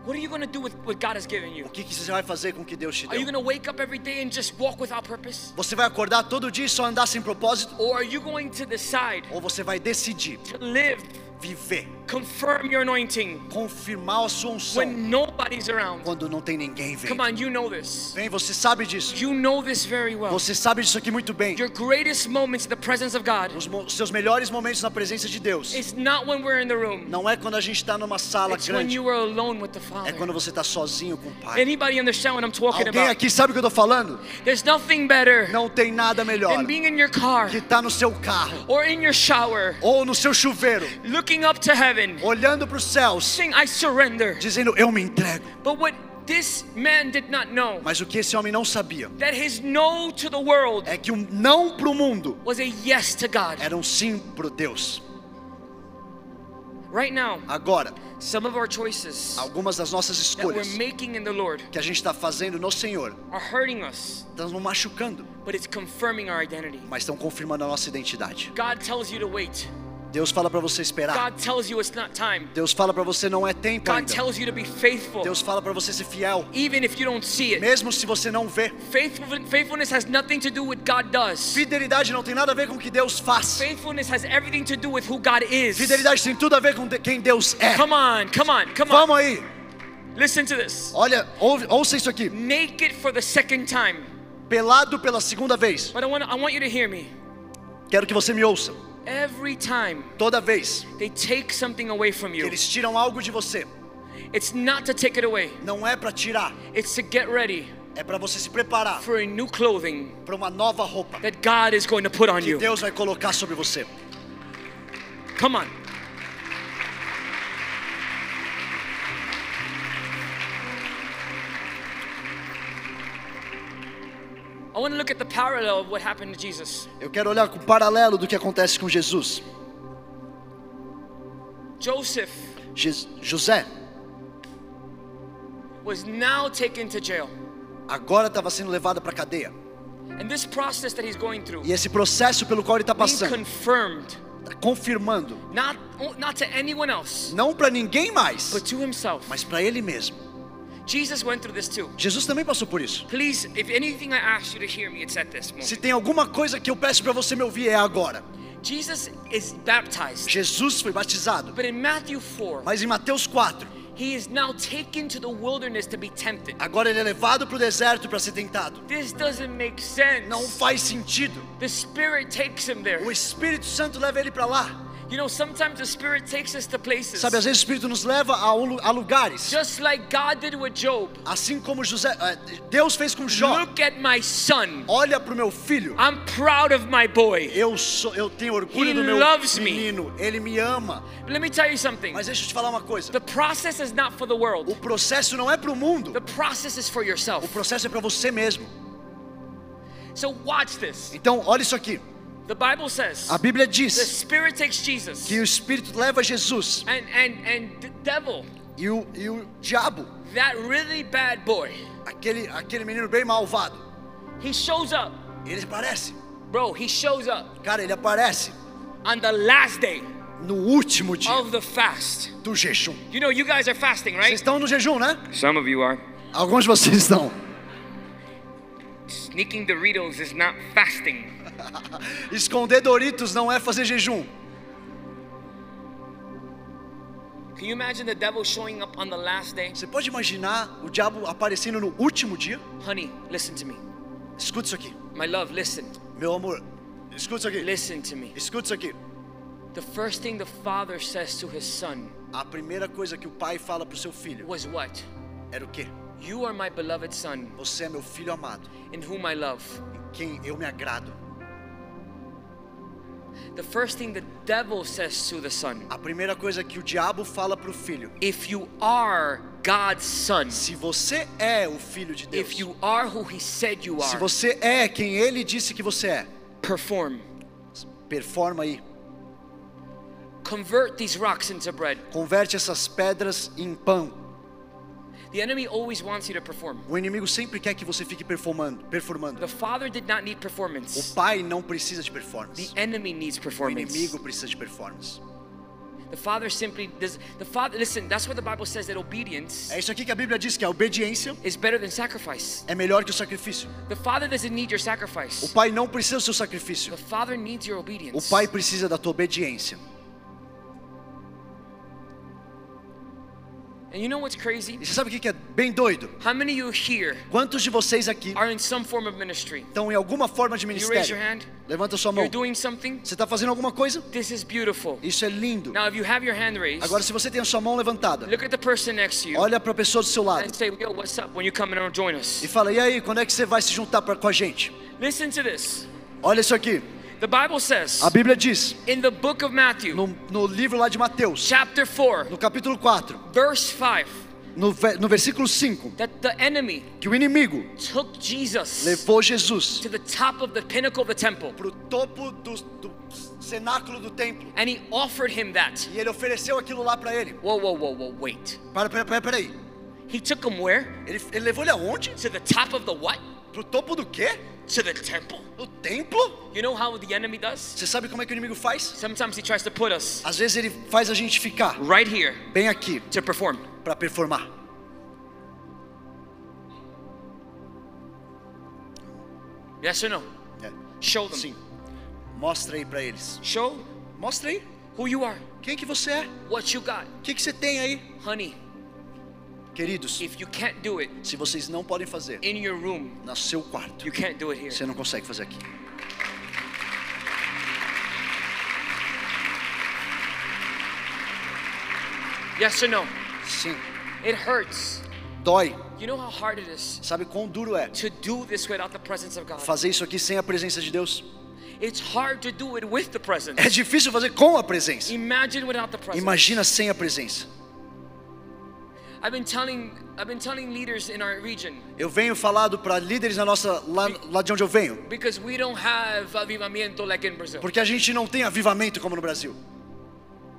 What are you going to do with what God has given you?
O que, que você vai fazer com o que Deus te
Are you
deu?
going to wake up every day and just walk without purpose?
Você vai acordar todo dia e só andar sem propósito?
Or are you going to decide
Ou você vai decidir
to live,
viver,
confirm your anointing
confirmar a sua unção
when nobody's around?
quando não tem ninguém
Come
vendo?
on, you know this.
Vem, você sabe disso.
You know this very well.
Você sabe disso aqui muito bem.
Então, Your greatest moments in the presence of God
Os mo- seus melhores momentos na presença de Deus
is not when we're in the room.
não é quando a gente está numa sala
It's when
grande,
you were alone with the
é quando
Father.
você está sozinho com o Pai.
Anybody understand what I'm talking
Alguém
about?
aqui sabe o que eu tô falando?
There's nothing better
Não tem nada melhor
than being in your car
que tá no seu carro
or in your shower,
ou no seu chuveiro,
looking up to heaven,
olhando para os céus,
saying, I surrender.
dizendo eu me entrego.
But what this man did not know,
Mas o que esse homem não sabia
that his no to the world
é que um não pro mundo
was a yes to God.
era um sim pro Deus.
Right now,
Agora,
some of our choices
algumas das nossas
that we're
escolhas
making in the Lord
que a gente está fazendo no Senhor
are hurting us,
estão nos machucando,
but it's confirming our identity.
mas estão confirmando a nossa identidade.
God tells you to wait.
Deus fala para você esperar.
God tells you it's not time.
Deus fala pra você não é tempo
God
ainda.
tells you to be faithful,
Deus fala pra você ser fiel,
even if you don't see it.
mesmo se você não vê.
Faithful, faithfulness has nothing to do with God does.
Fidelidade não tem nada a ver com o que Deus faz.
Faithfulness has everything to do with who God is.
Fidelidade tem tudo a ver com de- quem Deus é.
Come on, come on, come on.
Vamos aí.
Listen to this.
Olha, ouve, ouça isso aqui.
Naked for the second time.
Pelado pela segunda vez.
But I want I want you to hear me.
Quero que você me ouça.
Every time
Toda vez
they take something away from
que
you,
eles tiram algo de você,
it's not to take it away.
não é pra tirar,
It's to get ready
é pra você se preparar
for a new clothing
pra uma nova roupa
that God is going to put on
que
you.
Deus vai colocar sobre você.
Come on. I want to look at the parallel of what happened to Jesus.
Eu quero olhar com paralelo do que acontece com Jesus.
Joseph
Je- José
was now taken to jail.
agora estava sendo levado pra cadeia.
And this process that he's going through
E esse processo pelo qual ele está
being
passando,
confirmed
está confirmando,
not not to anyone else
não para ninguém mais,
but to himself
mas para ele mesmo.
jesus went through this too
Jesus também passou por isso.
please if anything i ask you to hear me it's at this
Se
moment
tem alguma coisa que eu peço para você me ouvir é agora.
jesus is baptized
Jesus foi batizado,
but in matthew 4
mas em Mateus 4,
he is now taken to the wilderness to be tempted
agora ele é levado para o deserto para ser tentado.
this doesn't make
Não
sense
faz sentido.
the spirit takes him there
O Espírito Santo leva ele para lá.
You know, sometimes the Spirit takes us to places.
Sabe, às vezes o Espírito nos leva a, um lu- a lugares.
Just like God did with Job.
Assim como José, eh, Deus fez com Jó.
Look at my son.
Olha para o meu filho.
I'm proud of my boy.
Eu sou, eu tenho
He
orgulho do meu
loves me.
menino. Ele me ama.
Let me tell you something.
Mas deixa eu te falar uma coisa.
The process is not for the
O
world.
processo não é para o mundo.
The process is for
O
yourself.
processo é para você mesmo.
So watch this.
Então, olha isso aqui.
The Bible says
A Bíblia
the
diz
Spirit takes Jesus
que o Espírito leva Jesus
and and and the devil,
e o, e o diabo,
that really bad boy,
aquele, aquele menino bem malvado,
he shows up,
ele aparece.
bro. He shows up
Cara, ele aparece
on the last day
no último dia
of the fast.
do jejum.
You know, you guys are fasting,
Vocês
right?
estão no jejum, né?
Some of you are.
Alguns de vocês estão.
Sneaking Doritos is not fasting.
Esconder Doritos não é fazer jejum.
Can you imagine the devil showing up on the last day?
Você pode imaginar o diabo aparecendo no último dia?
Honey, listen to me.
Escuta isso aqui.
My love, listen.
Meu amor, escuta isso aqui.
Listen to me.
Escuta isso aqui.
The first thing the father says to his son
A primeira coisa que o pai fala pro seu filho
was what?
era o quê?
You are my beloved son,
Você é meu filho amado,
in whom I love.
em quem eu me agrado.
The first thing the devil says to the son,
A primeira coisa que o diabo fala pro filho:
if you are God's son,
se você é o filho de Deus,
if you are who he said you
se
are,
você é quem ele disse que você é,
perform.
performa aí.
Convert these rocks into bread.
Converte essas pedras em pão.
The enemy always wants you to perform.
O inimigo sempre quer que você fique performando, performando.
The father did not need
O
performance.
pai não precisa de
The
performance.
enemy needs
O
performance.
inimigo precisa de performance.
The father simply does. The father, listen, that's what the Bible says that obedience
É isso aqui que a Bíblia diz que a obediência
is better than sacrifice.
é melhor que o sacrifício.
The father doesn't need your
O
sacrifice.
pai não precisa do seu sacrifício.
The father needs your
O
obedience.
pai precisa da tua obediência.
And you know what's crazy?
E você sabe o que que é bem doido?
How many of you here
Quantos de vocês aqui
are in some form of ministry?
estão em alguma forma de
You raise your
ministério?
hand.
Levanta sua mão.
You're doing something.
Você está fazendo alguma coisa?
This is beautiful.
Isso é lindo.
Now, if you have your hand raised,
Agora, se você tem a sua mão levantada,
look at the person next to you
olha para a pessoa do seu lado
and say, "Yo, what's up? When you come and join
e
us?"
fala: E aí, quando é que você vai se juntar pra, com a gente?
Listen to this.
Olha isso aqui.
The Bible says
A Bíblia diz,
in the book of Matthew,
no, no livro lá de Mateus,
chapter four,
no capítulo 4,
verse five,
no, ve- no versículo 5,
that the enemy
que o inimigo
took Jesus
levou Jesus
to the top of the pinnacle of the temple
pro topo do, do cenáculo do templo
and he offered him that.
e ele ofereceu aquilo lá para ele.
Whoa, whoa, whoa, whoa, wait.
Para, para, para, para aí.
He took him where?
Ele, ele levou ele aonde?
To the top of the what?
Pro topo do quê?
To the temple.
Do templo?
You know how the enemy does?
Você sabe como é que o inimigo faz?
Sometimes he tries to put us
Às vezes ele faz a gente ficar
right here
bem aqui
to perform.
para performar.
Yes or no?
É.
Show them.
Sim. Mostra aí para eles.
Show
Mostra aí
who you are,
quem que você é.
what you got.
O que que você tem aí?
Honey,
Queridos,
if you can't do it
se vocês não podem fazer
in your room,
no seu quarto,
you can't do it here.
você não consegue fazer aqui.
Yes or no?
Sim.
It hurts.
Dói.
You know how hard it is
Sabe quão duro é
to do this without the presence of God?
fazer isso aqui sem a presença de Deus?
It's hard to do it with the presence.
É difícil fazer com a presença.
Imagine without the presence.
Imagina sem a presença.
I've been telling I've been telling leaders in our region
Eu venho falado para líderes na nossa lá, lá de onde eu venho,
because we don't have avivamiento like in Brazil.
porque a gente não tem avivamento como no Brasil.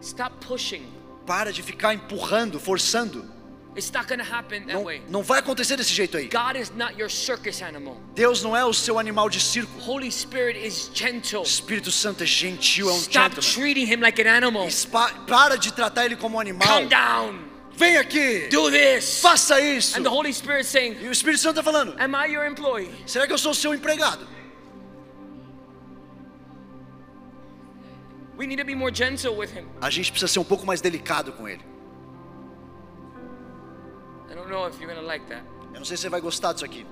Stop pushing.
Para de ficar empurrando, forçando.
It's not gonna happen that
Não,
way.
não vai acontecer desse jeito aí.
God is not your circus animal.
Deus não é o seu animal de circo.
Holy Spirit is gentle.
O Espírito Santo é gentil, é um
Stop
gentleman.
treating him like an animal.
Espa- para de tratar ele como um animal.
Come down.
Vem aqui.
Do this.
Faça isso.
And the Holy Spirit saying,
E o Espírito Santo está falando:
Am I your employee?
será que eu sou seu empregado?
We need to be more gentle with him.
A gente precisa ser um pouco mais delicado com ele.
I don't know if you're gonna like that.
Eu não sei se você vai gostar disso aqui.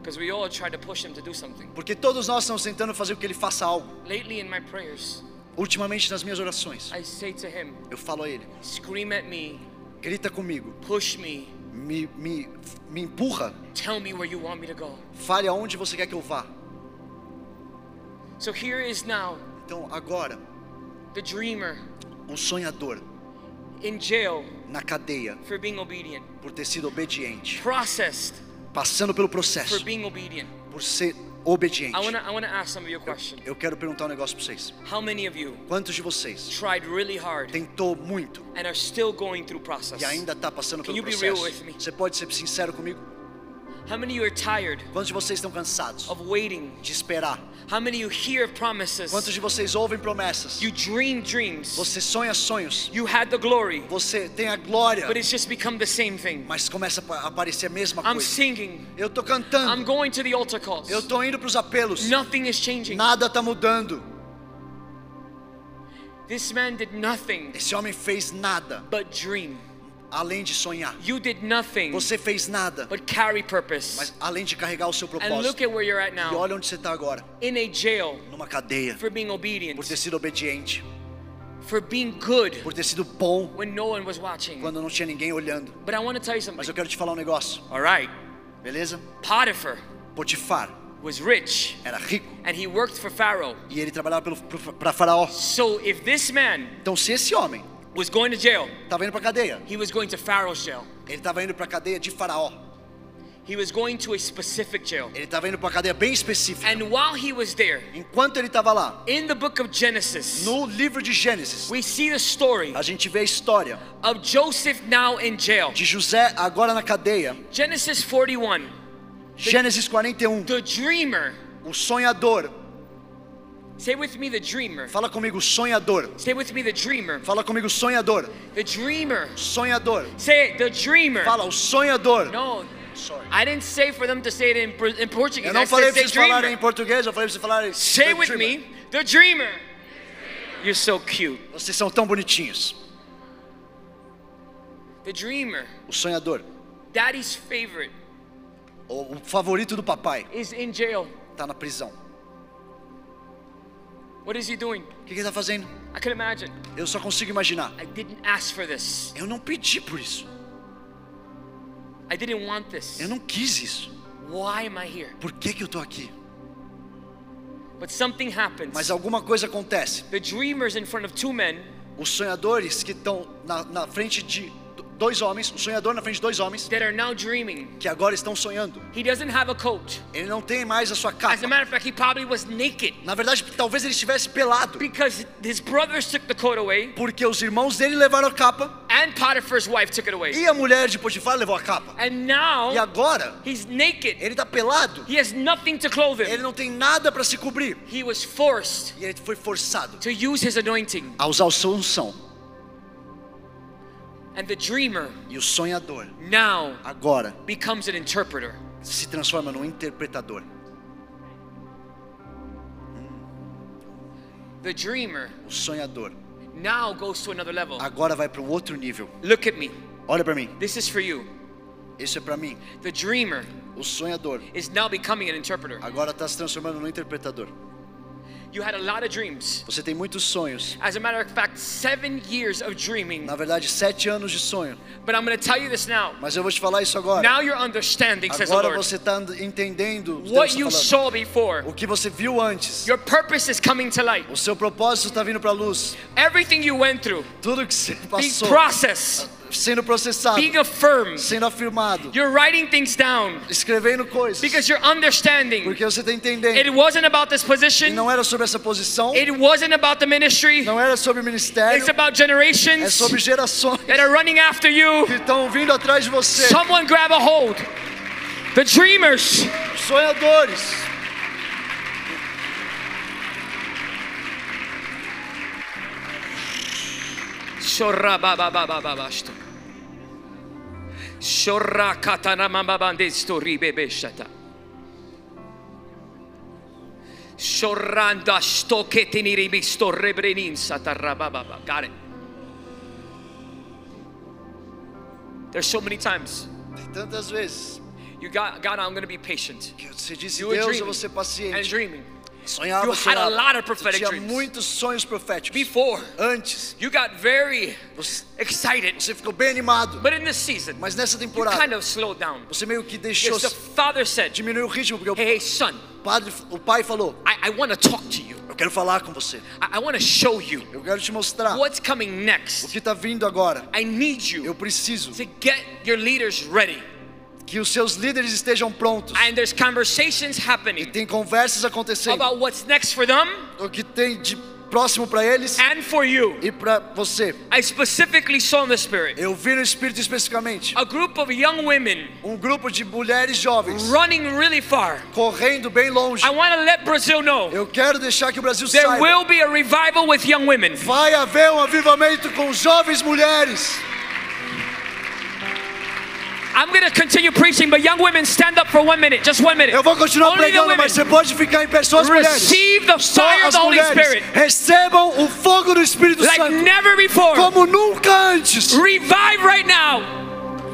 Because we all try to push him to do something.
Porque todos nós estamos tentando fazer com que ele faça algo.
Lately in my prayers,
Ultimamente nas minhas orações,
I say to him,
eu falo a ele:
Scream at me,
grita comigo,
push me,
me, me, me empurra,
tell me where you want me to go.
fale aonde você quer que eu vá.
So here is now
Então agora,
the dreamer
um sonhador
in jail
na cadeia
for being obedient,
por ter sido obediente,
processed
passando pelo
for
processo,
being obedient.
por
I
ser obediente.
wanna, I wanna ask some of you a question.
Eu quero perguntar um negócio pra vocês.
How many of you
Quantos de vocês
tried really hard
tentou muito
and are still going through process?
e ainda tá passando
Can
pelo
you be real
processo?
with me?
Você pode ser sincero comigo?
How many of you are tired
Quantos de vocês estão cansados
of waiting?
de esperar?
How many of you hear promises?
Quantos de vocês ouvem promessas?
You dream dreams.
Você sonha sonhos.
You had the glory,
Você tem a glória,
but it's just become the same thing.
mas começa a pa- aparecer a mesma
I'm
coisa.
singing.
Eu tô
I'm
cantando.
going to the altar calls.
Eu tô indo pros apelos.
Nothing is changing.
Nada tá mudando.
This man did nothing
Esse homem fez nada
but dream.
além de sonhar.
You did nothing
Você fez nada,
but carry purpose.
mas além de carregar o seu
And look
propósito.
at where you're at
E
now
olha onde você tá agora,
in a jail
numa cadeia,
for being
por
obedient,
ter sido obediente,
for being good
por ter sido bom
when no one was watching.
quando não tinha ninguém olhando.
But I want to tell you
Mas eu
something.
quero te falar um negócio,
All right,
beleza?
Potiphar
Potifar
was rich
era rico
and he worked for Pharaoh.
e ele trabalhava pelo para Faraó.
So if this man
Então, se esse homem
was going to jail,
tava indo para cadeia,
he was going to Pharaoh's jail.
ele tava indo para cadeia de Faraó.
He was going to a specific jail.
Ele tava indo para cadeia bem específica.
And while he was there,
Enquanto ele tava lá,
in the book of Genesis,
no livro de Gênesis,
we see the story
a gente vê a história
of Joseph now in jail.
de José agora na cadeia.
Genesis 41,
Gênesis 41,
the dreamer,
o sonhador.
say with me, the dreamer.
Fala comigo, sonhador.
Say with me, the dreamer.
Fala comigo, sonhador.
The dreamer.
Sonhador.
Say it, the dreamer.
Fala, o sonhador.
No,
Sorry.
I didn't say for them to say it in, Por- in Portuguese.
Eu
I
não falei
said,
pra
say
vocês falarem em
dreamer.
português, eu falei pra vocês falarem.
Say
the
with
dreamer.
me, the dreamer. You're so cute.
Vocês são tão bonitinhos.
The dreamer.
O sonhador,
Daddy's favorite
o, o favorito do papai,
is in jail.
tá na prisão.
What is he doing?
O que, que ele tá fazendo?
I could imagine.
Eu só consigo imaginar.
I didn't ask for this.
Eu não pedi por isso.
I didn't want this.
Eu não quis isso.
Why am I here?
Por que, que eu tô aqui?
But something happens.
Mas alguma coisa acontece.
The dreamer's in front of two men,
Os sonhadores que estão na, na frente de do- dois homens, o sonhador na frente de dois homens,
that are now dreaming.
que agora estão sonhando.
He doesn't have a coat.
Ele não tem mais a sua
As a
capa.
matter of fact, he probably was naked
Na verdade, talvez ele estivesse pelado.
because his brothers took the coat away
Porque os irmãos dele levaram a capa
and Potiphar's wife took it away.
e a mulher de Potifar levou a capa.
And
E
now
agora,
he's naked.
ele tá pelado.
He has nothing to clothe
Ele
him.
não tem nada para se cobrir.
He was forced
E ele foi forçado
to use his anointing.
a usar o seu unção.
And the dreamer
E o sonhador
now
agora
becomes an interpreter.
se transforma num interpretador.
The dreamer
O sonhador
now goes to another level.
agora vai para um outro nível.
Look at me.
Olha para mim.
This is for you.
Isso é para mim.
The dreamer
O sonhador
is now becoming an interpreter.
agora tá se transformando num interpretador.
You had a lot of dreams.
Você tem muitos sonhos.
As a matter of fact, seven years of dreaming.
Na verdade, sete anos de sonho.
But I'm going to tell you this now.
Mas eu vou te falar isso agora.
Now you're understanding, says the
Agora
Lord.
você tá and- entendendo o que Deus
What
tá
you
falando.
saw before,
o que você viu antes.
your purpose is coming to light.
O seu propósito está vindo para luz.
Everything you went through,
Tudo que você
being
passou
processed,
sendo processado,
being affirmed,
sendo afirmado,
you're writing things down
escrevendo coisas.
because you're understanding.
Porque você está entendendo.
It wasn't about this
E
position,
não era sobre essa posição,
it wasn't about the ministry,
não era sobre ministério,
it's about
é
generations
sobre gerações
that are running after you.
que estão vindo atrás de você.
Someone grab a hold. The dreamers.
Sonhadores.
Shorabababababashto. Shorakataramababandestoribebeshata. Shorandastoketinirimistobreninsatarabababa. Got it. There's so many times.
Tem tantas vezes
You got God, I'm gonna be patient.
que você disse,
You were
Deus,
dreaming
eu vou ser
and
paciente.
dreaming.
Sonhava,
You had a
sonhava.
lot of
Você
prophetic
tinha
dreams.
muitos sonhos proféticos.
Before,
Antes,
you got very
você,
excited.
você ficou bem animado.
But in this season,
Mas nessa
you
temporada,
kind of slowed down.
você meio que deixou,
Because the father said,
diminuiu o ritmo, porque
Hey, son,
o, padre, o pai falou,
I, I want to talk to you.
eu quero falar com você.
I, I want to show you
Eu quero te mostrar
what's coming
o
next.
que está vindo agora.
I need you
Eu preciso
to get your leaders ready.
que os seus líderes estejam prontos.
And there's conversations happening
Tem conversas acontecendo.
about what's next for them
O que tem de próximo para eles
and for you.
e para você.
I specifically saw in the spirit
Eu vi no Espírito especificamente
a group of young women
um grupo de mulheres jovens
running really far.
correndo bem longe.
I want to let Brazil know
Eu quero deixar que o Brasil
there
saiba.
will be a revival with young women.
Vai haver um avivamento com jovens mulheres.
I'm going to continue preaching, but young women, stand up for one minute, just one minute.
Eu vou continuar
Only the
pregando,
women
mas você pode ficar em pé só as mulheres.
receive the
Só
fire of
as
the Holy
mulheres.
Spirit
Recebam o fogo do Espírito
like
Santo
never before.
como nunca antes.
Revive right now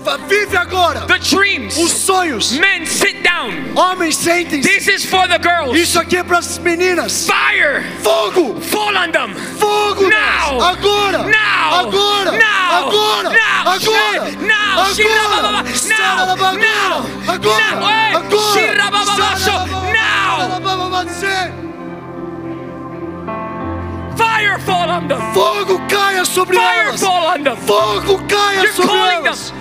Va- Vive agora
the
os
dreams.
sonhos.
Men, sit down.
Homens, sentem-se.
This is for the girls.
Isso aqui é para as meninas.
Fire,
Fogo!
fall on them.
Fogo! Deus.
Now!
Agora!
Now!
Agora!
Now!
Agora!
Now!
Agora!
Now!
Agora!
Shirabababa!
Sarababa!
Now!
Agora!
Now! Hey!
Agora!
Shirabababa!
Sarababa!
Now!
Sarababa! Zé!
Fire, fall on them.
Fogo caia sobre
Fire,
elas!
fall on them.
Fogo caia
You're
sobre
calling them.
elas!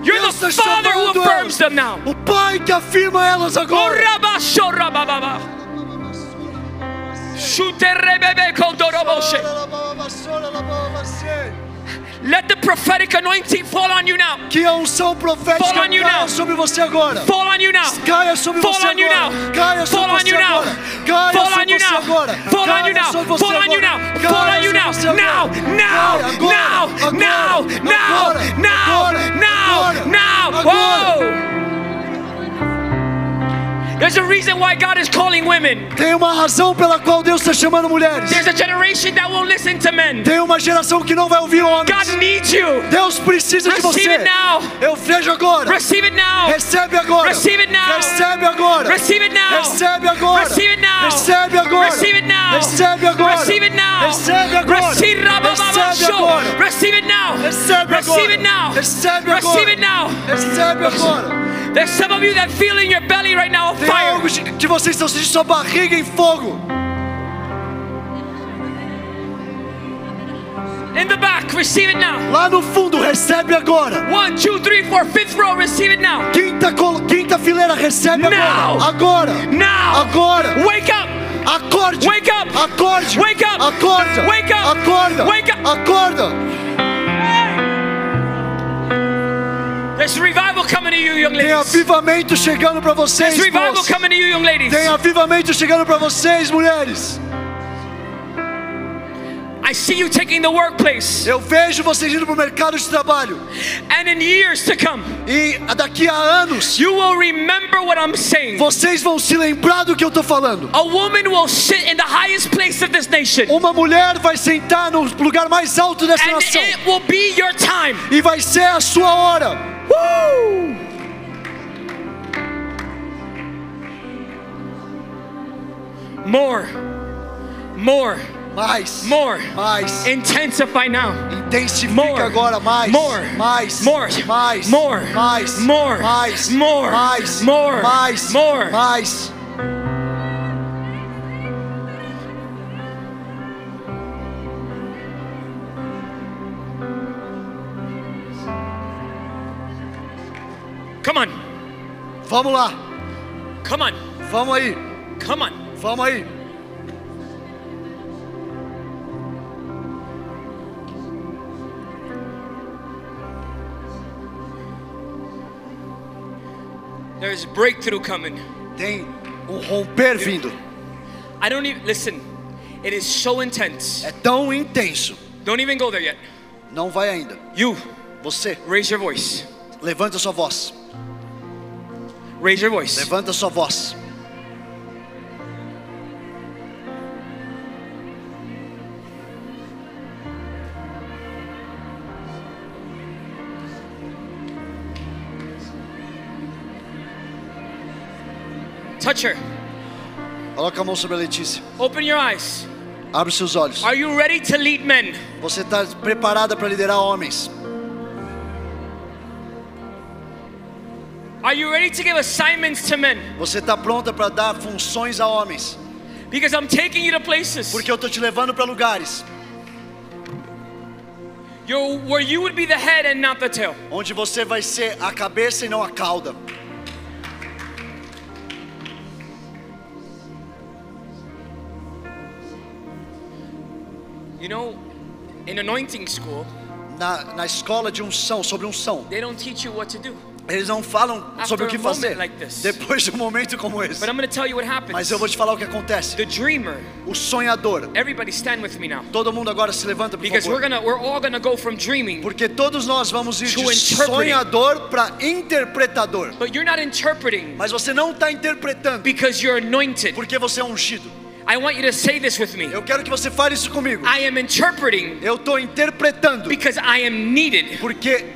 You're the
Deus está
Father who
chamando
affirms
elas.
them now. Oh,
O Pai que afirma elas agora!
Orabashorabababa. Shuterebebekondoroboshe. Let the prophetic anointing fall on you now.
Que a unção profética
Fall on you
caia
now.
sobre você agora!
Fall on you now.
Caia sobre
Fall
você
on you
agora.
now. Fall
Caia sobre
on
você
you now.
agora. Caia
Fall
sobre
on you
você
now.
agora.
Fall on
Caia
you now.
sobre você
Fall on you now.
agora. Caia
Fall on you
sobre
now.
você agora.
Now, now,
Caia agora,
now,
agora,
now,
agora,
now, now,
agora,
now,
agora,
now.
agora.
Whoa! There's a reason why God is calling women.
Tem uma razão pela qual Deus está chamando mulheres.
There's a generation that won't listen to men.
Tem uma geração que não vai ouvir homens.
God needs you.
Deus precisa de
Receive
você.
it now.
Eu vejo agora.
Receive it now.
Recebe agora.
Receive it now.
Recebe agora.
Receive it now.
Recebe agora.
Receive it now.
Recebe agora.
Receive it now.
Recebe agora.
Receive it now.
Recebe agora.
Receive
Recebe agora.
Receive it now.
Recebe
Receive
agora.
it now.
Recebe agora.
Receive it now.
Recebe agora.
There's some of you that feel in your belly right now a
Tem
fire.
algo de- que vocês estão sentindo sua barriga em fogo.
In the back, receive it now.
Lá no fundo, recebe agora.
One, two, three, four, fifth row, receive it now.
Quinta, col- quinta fileira, recebe
Now.
agora. Agora.
Now.
Agora.
Wake up.
Acorde.
Wake up.
Acorde.
Wake up.
Acorda.
Wake up.
Acorda.
Wake up.
Acorda.
There's revival coming to you, young
Tem
ladies.
avivamento chegando pra vocês,
There's revival
moças.
coming to you, young ladies.
Tem avivamento chegando pra vocês, mulheres.
I see you taking the workplace.
Eu vejo vocês indo pro mercado de trabalho.
And in years to come,
E daqui a anos,
you will remember what I'm saying.
vocês vão se lembrar do que eu tô falando.
A woman will sit in the highest place of this nation.
Uma mulher vai sentar no lugar mais alto dessa
And
nação.
it will be your time.
E vai ser a sua hora.
Woo! More, more,
Mais.
more.
Mais.
Intensify now.
Intensifica
More.
agora mais.
More.
Mais.
More.
Mais.
More.
Mais.
More.
Mais.
More.
Mais.
More.
Mais.
More.
Mais.
Come on,
Vamos lá.
come on,
Vamos aí.
come on.
Vamos aí.
There is breakthrough coming.
Tem um romper vindo.
I don't even listen. It is so intense.
É tão intenso.
Don't even go there yet.
Não vai ainda.
You
Você,
raise your voice.
levanta sua voz.
Raise your voice.
Levanta sua voz.
Touch her.
Coloca a mão sobre a Letícia.
Open your eyes.
Abre seus olhos.
Are you ready to lead men?
Você está preparada para liderar homens?
Are you ready to give assignments to men?
Você está pronta para dar funções a homens?
Because I'm taking you to places
Porque eu estou te levando para lugares
you're, where you would be the head and not the tail.
onde você vai ser a cabeça e não a cauda.
You know, in anointing school,
Na, na escola de unção, sobre unção.
they don't teach you what to do.
Eles não falam
After
sobre o que
a moment
fazer
like this.
depois de um momento como esse.
But I'm going to tell you what happens.
Mas eu vou te falar o que acontece.
the dreamer.
O sonhador.
Everybody stand with me now.
Todo mundo agora se levanta, por
Because we're
favor.
going to we're all going to go from dreaming.
Porque todos nós vamos ir
To
de
interpreting.
sonhador para interpretador.
But you're not interpreting
Mas você não está interpretando
because you're anointed.
porque você é ungido.
I want you to say this with me.
Eu quero que você fale isso comigo.
I am interpreting
Eu estou interpretando
because I am needed.
porque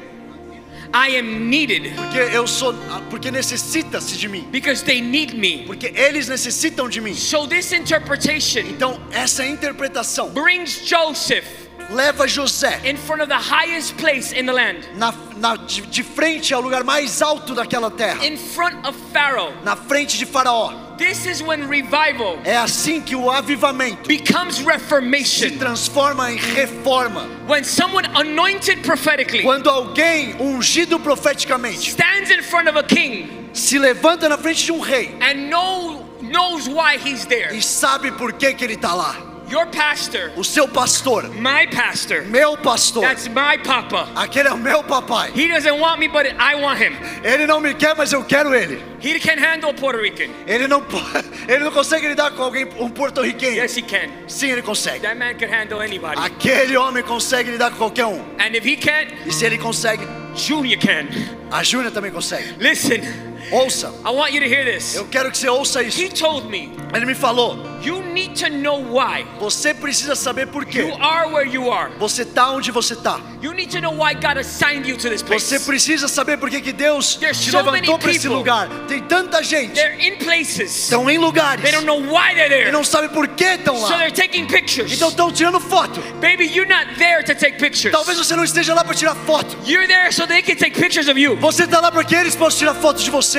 I am needed
porque eu sou ah, porque necessita-se de mim.
because they need me.
Porque eles necessitam de mim.
So this interpretation
Então essa interpretação
brings Joseph
leva José
in front of the highest place in the land,
na, na- de, de frente ao lugar mais alto daquela terra,
in front of Pharaoh.
na frente de Faraó.
This is when revival
É assim que o avivamento
becomes
se
reformation.
transforma em reforma.
When someone anointed prophetically
Quando alguém ungido profeticamente
stands in front of a king
se levanta na frente de um rei
and know, knows why he's there.
e sabe por que que ele está lá.
Your pastor,
O seu pastor,
my pastor,
meu pastor,
that's my papa.
aquele é o meu papai.
He doesn't want me, but I want him.
Ele não me quer, mas eu quero ele.
He can handle Puerto Rican.
Ele não po- ele não consegue lidar com alguém um porto-riquenho.
Yes, he can.
Sim, ele consegue.
That man can handle anybody.
Aquele homem consegue lidar com qualquer um.
And if he can't,
E se ele consegue,
Junior can.
a Júlia também consegue.
Listen,
Ouça.
I want you to hear this.
Eu quero que você ouça isso.
He told me,
Ele me falou:
you need to know why
"Você precisa saber por
you
quê.
are where you are.
Você tá onde você tá.
You need to know why God assigned you to this
Você
place.
precisa saber por que que Deus
There's
te
so
levantou
many
para esse
people.
lugar. Tem tanta gente.
They're in places.
Estão em lugares.
They don't know why they're
E
there.
não sabe por que estão
So
lá.
they're taking pictures.
Então estão tirando foto.
Baby, you're not there to take pictures.
Talvez você não esteja lá para tirar foto.
You're there so they can take pictures of you.
Você tá lá porque eles possam tirar foto de você.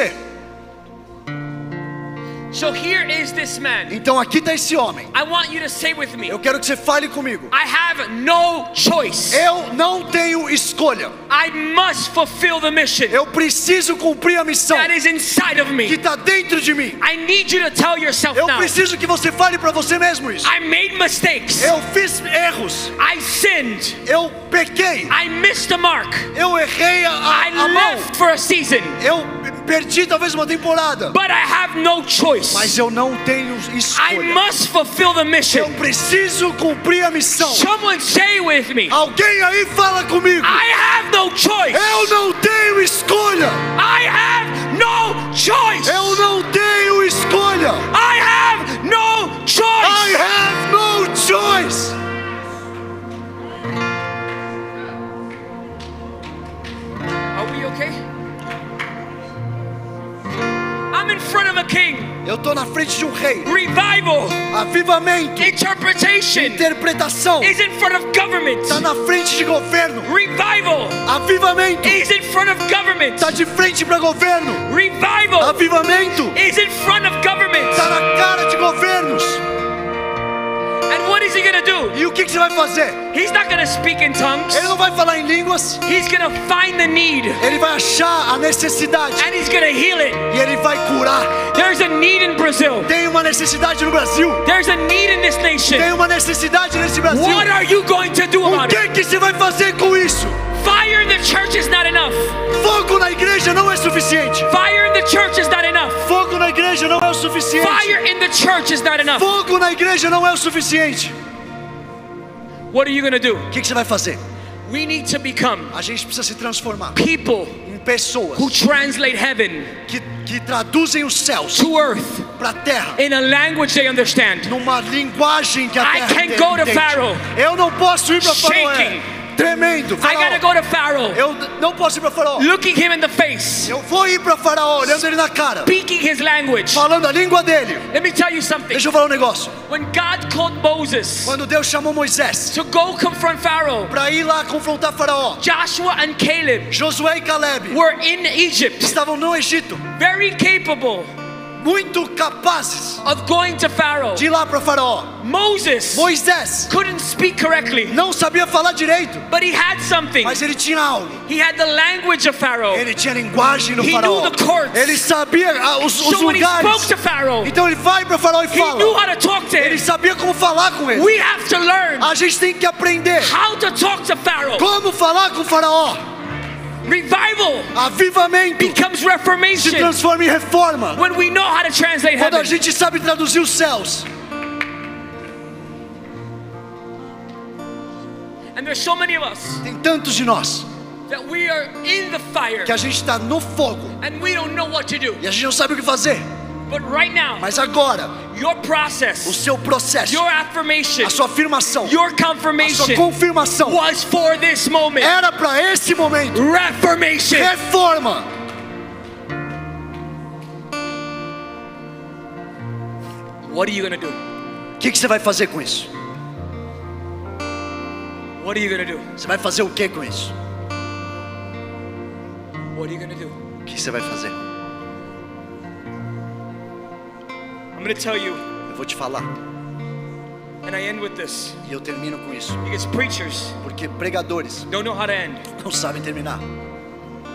So here is this man.
Então aqui tá esse homem.
I want you to say with me
E Eu quero que você fale comigo.
I have no choice.
Eu não tenho escolha.
I must fulfill the mission
Eu preciso cumprir a missão
that is inside of
que
me.
tá dentro de mim.
I need you to tell yourself
Eu
now
preciso que você fale para você mesmo isso.
I made mistakes.
Eu fiz erros.
I sinned.
Eu pequei.
I missed the mark.
Eu errei a,
I
a- a mão.
left for a season.
Eu perdi talvez uma temporada.
But I have no
Mas
choice.
eu não tenho
I
escolha.
must fulfill the
Eu
mission.
preciso cumprir a missão.
Someone say with me
Alguém aí fala comigo.
I have no choice.
Eu não tenho escolha.
I have no choice.
Eu não tenho escolha.
I have no
I
choice.
have no choice.
Are we okay? I'm in front of a king.
Eu tô na frente de um rei.
Revival,
Avivamento,
interpretation
interpretação.
is in front of government.
Tá na frente de governo.
Revival
Avivamento.
is in front of government.
Tá de frente para governo.
Revival
Avivamento.
is in front of government.
Tá na cara de governos.
And what is he gonna do?
E o que, que você vai fazer?
He's not gonna speak in tongues.
Ele não vai falar em línguas.
He's gonna find the need
Ele vai achar a necessidade
and he's gonna heal it.
e ele vai curar.
There's a need in Brazil.
Tem uma necessidade no Brasil.
There's a need in this nation.
Tem uma necessidade nesse Brasil.
What are you going to do
O
about it?
que, que você vai fazer com isso?
Fire in the church is not enough.
Fogo na igreja não é suficiente.
Fire in the church is not enough.
Fogo na igreja não é o suficiente.
Fire in the church is not enough.
Fogo na igreja não é o suficiente.
What are you going to do?
O que, que você vai fazer?
We need to become
A gente precisa se transformar
people
em pessoas
who translate heaven
que, que traduzem os céus
to earth
para a terra.
in a language they understand.
Numa linguagem que a
I
terra
can't
entende.
go to Pharaoh
Eu não posso ir para Faraó.
shaking.
Tremendo.
I gotta
Faraó.
go to Pharaoh,
Eu d- não posso ir para Faraó.
looking him in the face,
Eu vou ir para Faraó, olhando ele na cara,
speaking his language.
falando a língua dele.
Let me tell you something.
Deixa eu falar um negócio.
When God called Moses
Quando Deus chamou Moisés
to go confront Pharaoh,
para ir lá confrontar Faraó,
Joshua and Caleb
Josué e Caleb
were in Egypt,
estavam no Egito,
very capable
muito capazes
of going to Pharaoh.
de ir lá para Faraó.
Moses
Moisés
couldn't speak correctly,
não sabia falar direito,
but he had something.
mas ele tinha algo.
He had the language of Pharaoh.
Ele tinha linguagem no
He
Faraó.
knew the courts.
Ele sabia ah, os, os
So when he spoke
lugares.
to Pharaoh,
Então ele vai para Faraó e
he knew
fala.
how to talk to
Ele
him.
sabia como falar com ele.
We have to learn
A gente tem que aprender
how to talk to Pharaoh.
como falar com o Faraó.
Revival
Avivamento
becomes
se
reformation
transforma em reforma.
when we know how to translate
Quando a
heaven.
gente sabe traduzir os céus.
And there's so many of us
Tem tantos de nós
that we are in the fire
que a gente está no fogo
and we don't know what to do.
e a gente não sabe o que fazer.
But right now,
Mas agora,
your
o
process,
seu processo,
your affirmation,
a sua afirmação,
your
a sua
confirmation
confirmação
was for this moment.
era para esse momento.
Reformation.
Reforma.
What are you going to do?
O que, que você vai fazer com isso?
What are you going to do?
Você vai fazer o que com isso?
What are you going to do?
O que você vai fazer?
I'm going to tell you,
Eu vou te falar
and I end with this
e eu termino com isso.
because preachers
Porque pregadores
don't know how to end,
não sabem terminar.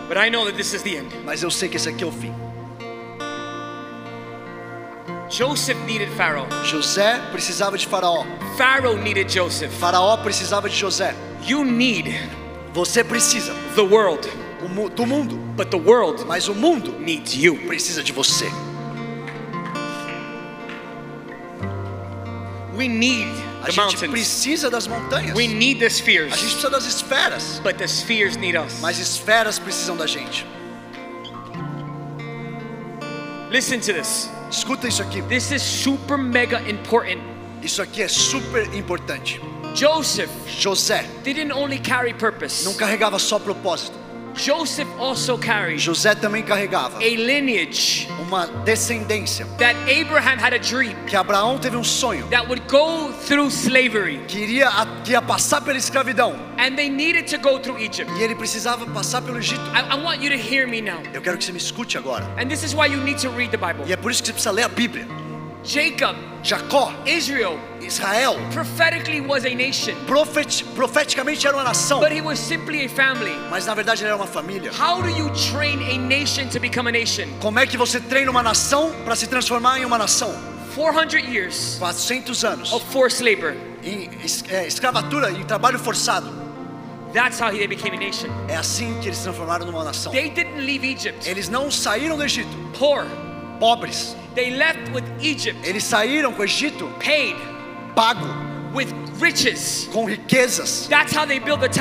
but I know that this is the end.
Mas eu sei que esse aqui é o fim.
Joseph needed Pharaoh.
José precisava de Faraó.
Pharaoh needed Joseph.
Faraó precisava de José.
You need
Você precisa
the world,
o mu- do mundo,
but the world
mas o mundo
needs you.
precisa de você.
We need
A
the
gente
mountains.
precisa das montanhas.
We need the
A gente
spheres,
precisa das esferas.
but the spheres need us.
Mas esferas precisam da gente.
Listen to this.
Escuta isso aqui.
This is super mega important.
Isso aqui é super importante.
Joseph
José
didn't only carry
não
purpose.
carregava só propósito.
Joseph also carried
José também carregava
a lineage
uma descendência.
that Abraham had a dream
Que Abraão teve um sonho.
that would go through slavery
Que iria a- que ia passar pela escravidão.
and they needed to go through Egypt.
E ele precisava passar pelo Egito.
I, I want you to hear me now.
Eu quero que você me escute agora.
And this is why you need to read the Bible.
E é por isso que você precisa ler a Bíblia.
Jacob,
Jacó,
Israel,
Israel,
prophetically was a nation,
profet, profeticamente era uma nação.
but he was simply a family.
Mas na verdade ele era uma família.
How do you train a nation to become a nation?
Como é que você treina uma nação para se transformar em uma nação?
400 years
400 anos
of forced labor.
em es- é, escravatura e trabalho forçado.
That's how they became a nation.
É assim que eles se transformaram numa nação.
They didn't leave Egypt
Eles não saíram do Egito
poor.
pobres.
They left with Egypt
Eles saíram com o Egito
paid
pago,
with riches.
com riquezas.
That's how they built the
É assim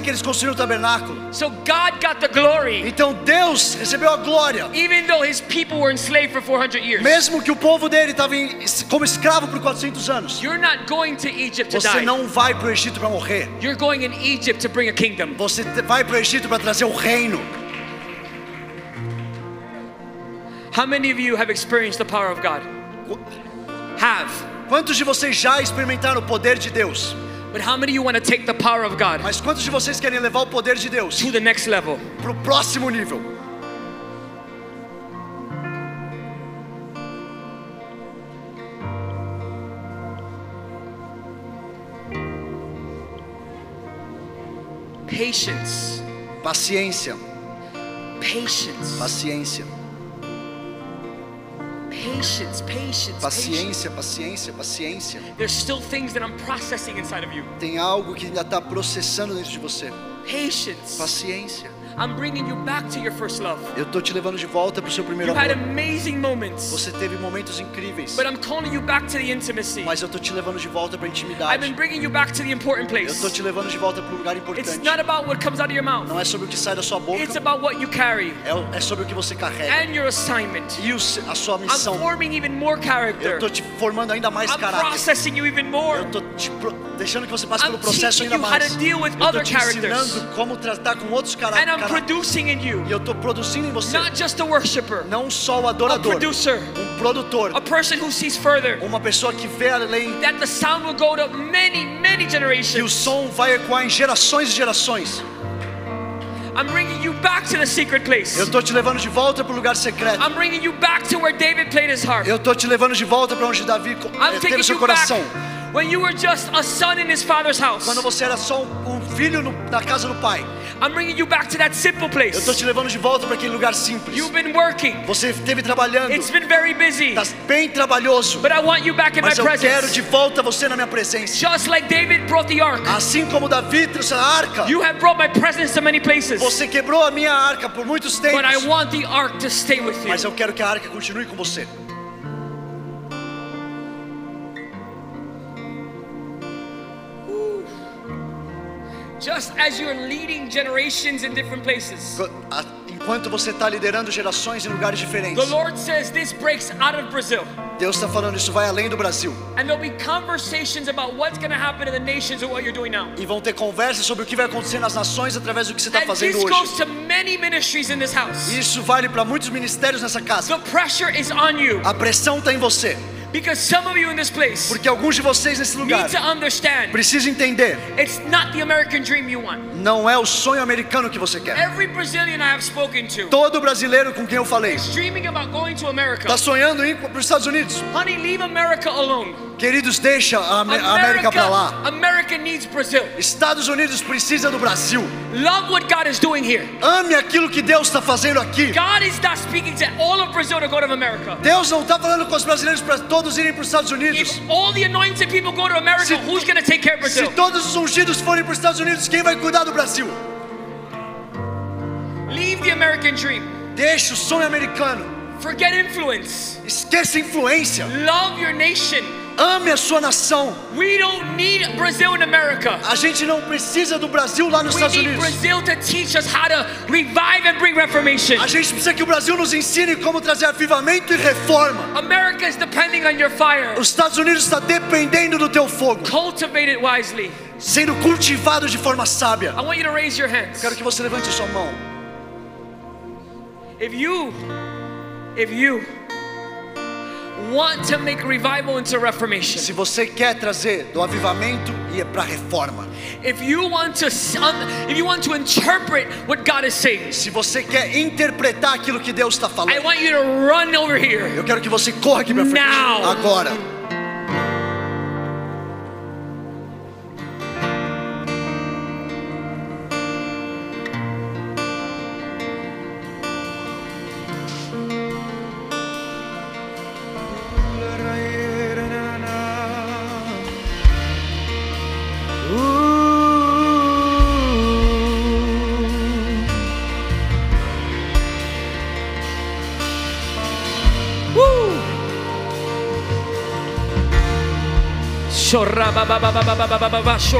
tabernacle.
que eles construíram o tabernáculo.
So God got the glory,
Então Deus recebeu a glória.
even though his people were enslaved for 400 years.
Mesmo que o povo dele estava como escravo por 400 anos.
You're not going to Egypt to
Você
die.
não vai para o Egito para morrer.
You're going in Egypt to bring a kingdom.
Você te- vai para o Egito para trazer o reino.
How many of you have experienced the power of God? Have.
Quantos de vocês já experimentaram o poder de Deus?
But how many of you want to take the power of God
Mas quantos de vocês querem levar o poder de Deus
to the next level?
para o próximo nível?
Patience.
Paciência,
Patience.
paciência,
Patience. Patience. Patience.
paciência, paciência, paciência.
There's still things that I'm processing inside of you.
tá Tem algo que ainda está processando dentro de você.
Patience.
Paciência.
I'm bringing you back to your first love.
Eu tô te levando de volta pro seu primeiro
You had
amor.
amazing moments,
Você teve momentos incríveis,
but I'm calling you back to the intimacy.
mas eu tô te levando de volta pra
I've
intimidade.
been bringing you back to the important
Eu tô
place.
te levando de volta pro lugar
It's
importante.
not about what comes out of your mouth,
Não é sobre o que sai da sua boca,
it's about what you carry
é o- é sobre o que você carrega
and your assignment.
e o se- a sua
I'm
missão.
forming even more
Eu
character,
tô te formando ainda mais
I'm
caráter.
processing you even more.
Eu tô te pro- deixando que você passe
I'm
pelo processo
teaching
ainda
you how
mais.
to deal with
Eu tô
other
te
characters,
ensinando como tratar com outros
and I'm
caráteres.
producing in you
E eu tô produzindo em você
not just a worshiper,
não só o
a
adorador,
producer,
um produtor,
a person who sees further.
uma pessoa que vê além.
That the sound will go to many, many
E o
generations.
som vai ecoar em gerações e gerações.
I'm bringing you back to the secret place.
Eu tô te levando de volta pro lugar secreto.
I'm bringing you back to where David played his harp.
Eu tô te levando de volta pra onde Davi co- eh,
I'm
teve
taking
seu
you back
coração.
when you were just a son in his father's house.
Quando você era só um um filho no- na casa do pai.
I'm bringing you back to that simple
Eu tô
place.
te levando de volta pra aquele lugar simples.
You've been working.
Você esteve trabalhando,
It's been very busy,
tá bem trabalhoso,
but I want you back in my
mas eu quero
presence.
de volta você na minha presença.
Just like David brought the ark,
Assim como Davi trouxe a arca,
you have brought my presence to many places.
você quebrou a minha arca por muitos
But I
tempos,
want the ark to stay with you.
mas eu quero que a arca continue com você.
Just as you're leading generations in different places.
Co- a- Enquanto você está liderando gerações em lugares
The
diferentes,
Lord says this breaks out of Brazil.
Deus está falando isso vai além do Brasil.
And there'll be conversations about what's going to happen in the nations and what you're doing now.
E vão ter conversas sobre o que vai acontecer nas nações através do que você está
And
fazendo
this
hoje.
goes to many ministries in this house.
Isso vale para muitos ministérios nessa casa.
The pressure is on you
A pressão está em você,
because some of you in this place
porque alguns de vocês nesse lugar
need to understand
precisam entender.
it's not the American dream you want.
Não é o sonho americano que você quer.
Every Brazilian I have spoken to
Todo brasileiro com quem eu falei
is dreaming about going to America.
está sonhando em ir para os Estados Unidos.
Honey, leave America alone.
Queridos, deixa a Am- a América para lá.
America needs Brazil.
Estados Unidos precisa do Brasil.
Love what God is doing here.
Ame aquilo que Deus está fazendo aqui.
God is not speaking to all of Brazil to go to America.
Deus não está falando com os brasileiros para todos irem para os Estados Unidos.
If all the anointed people go to America,
Se-
who's going to take care of
Se
Brazil?
todos os ungidos forem para os Estados Unidos, quem vai cuidar do Brasil?
Leave the American dream.
Deixa o sonho americano.
Forget influence.
Esqueça a influência.
Love your nation.
Ame a sua nação.
We don't need Brazil in America.
A gente não precisa do Brasil lá nos
We
Estados
need
Unidos.
Brazil to teach us how to revive and bring reformation.
A gente precisa que o Brasil nos ensine como trazer avivamento e reforma.
America is depending on your fire.
Os Estados Unidos está dependendo do teu fogo,
Cultivate it wisely.
sendo cultivado de forma sábia.
I want you to raise your hands.
Quero que você levante a sua mão.
If you, if you want to make revival into
Se
reformation,
você quer trazer do avivamento e é para reforma.
if you want to, un- if you want to interpret what God is saying,
Se você quer interpretar aquilo que Deus está
I
falando,
want you to run over here.
eu quero que você corra aqui para frente
Now.
agora.
Woo! Shorababababababababasho.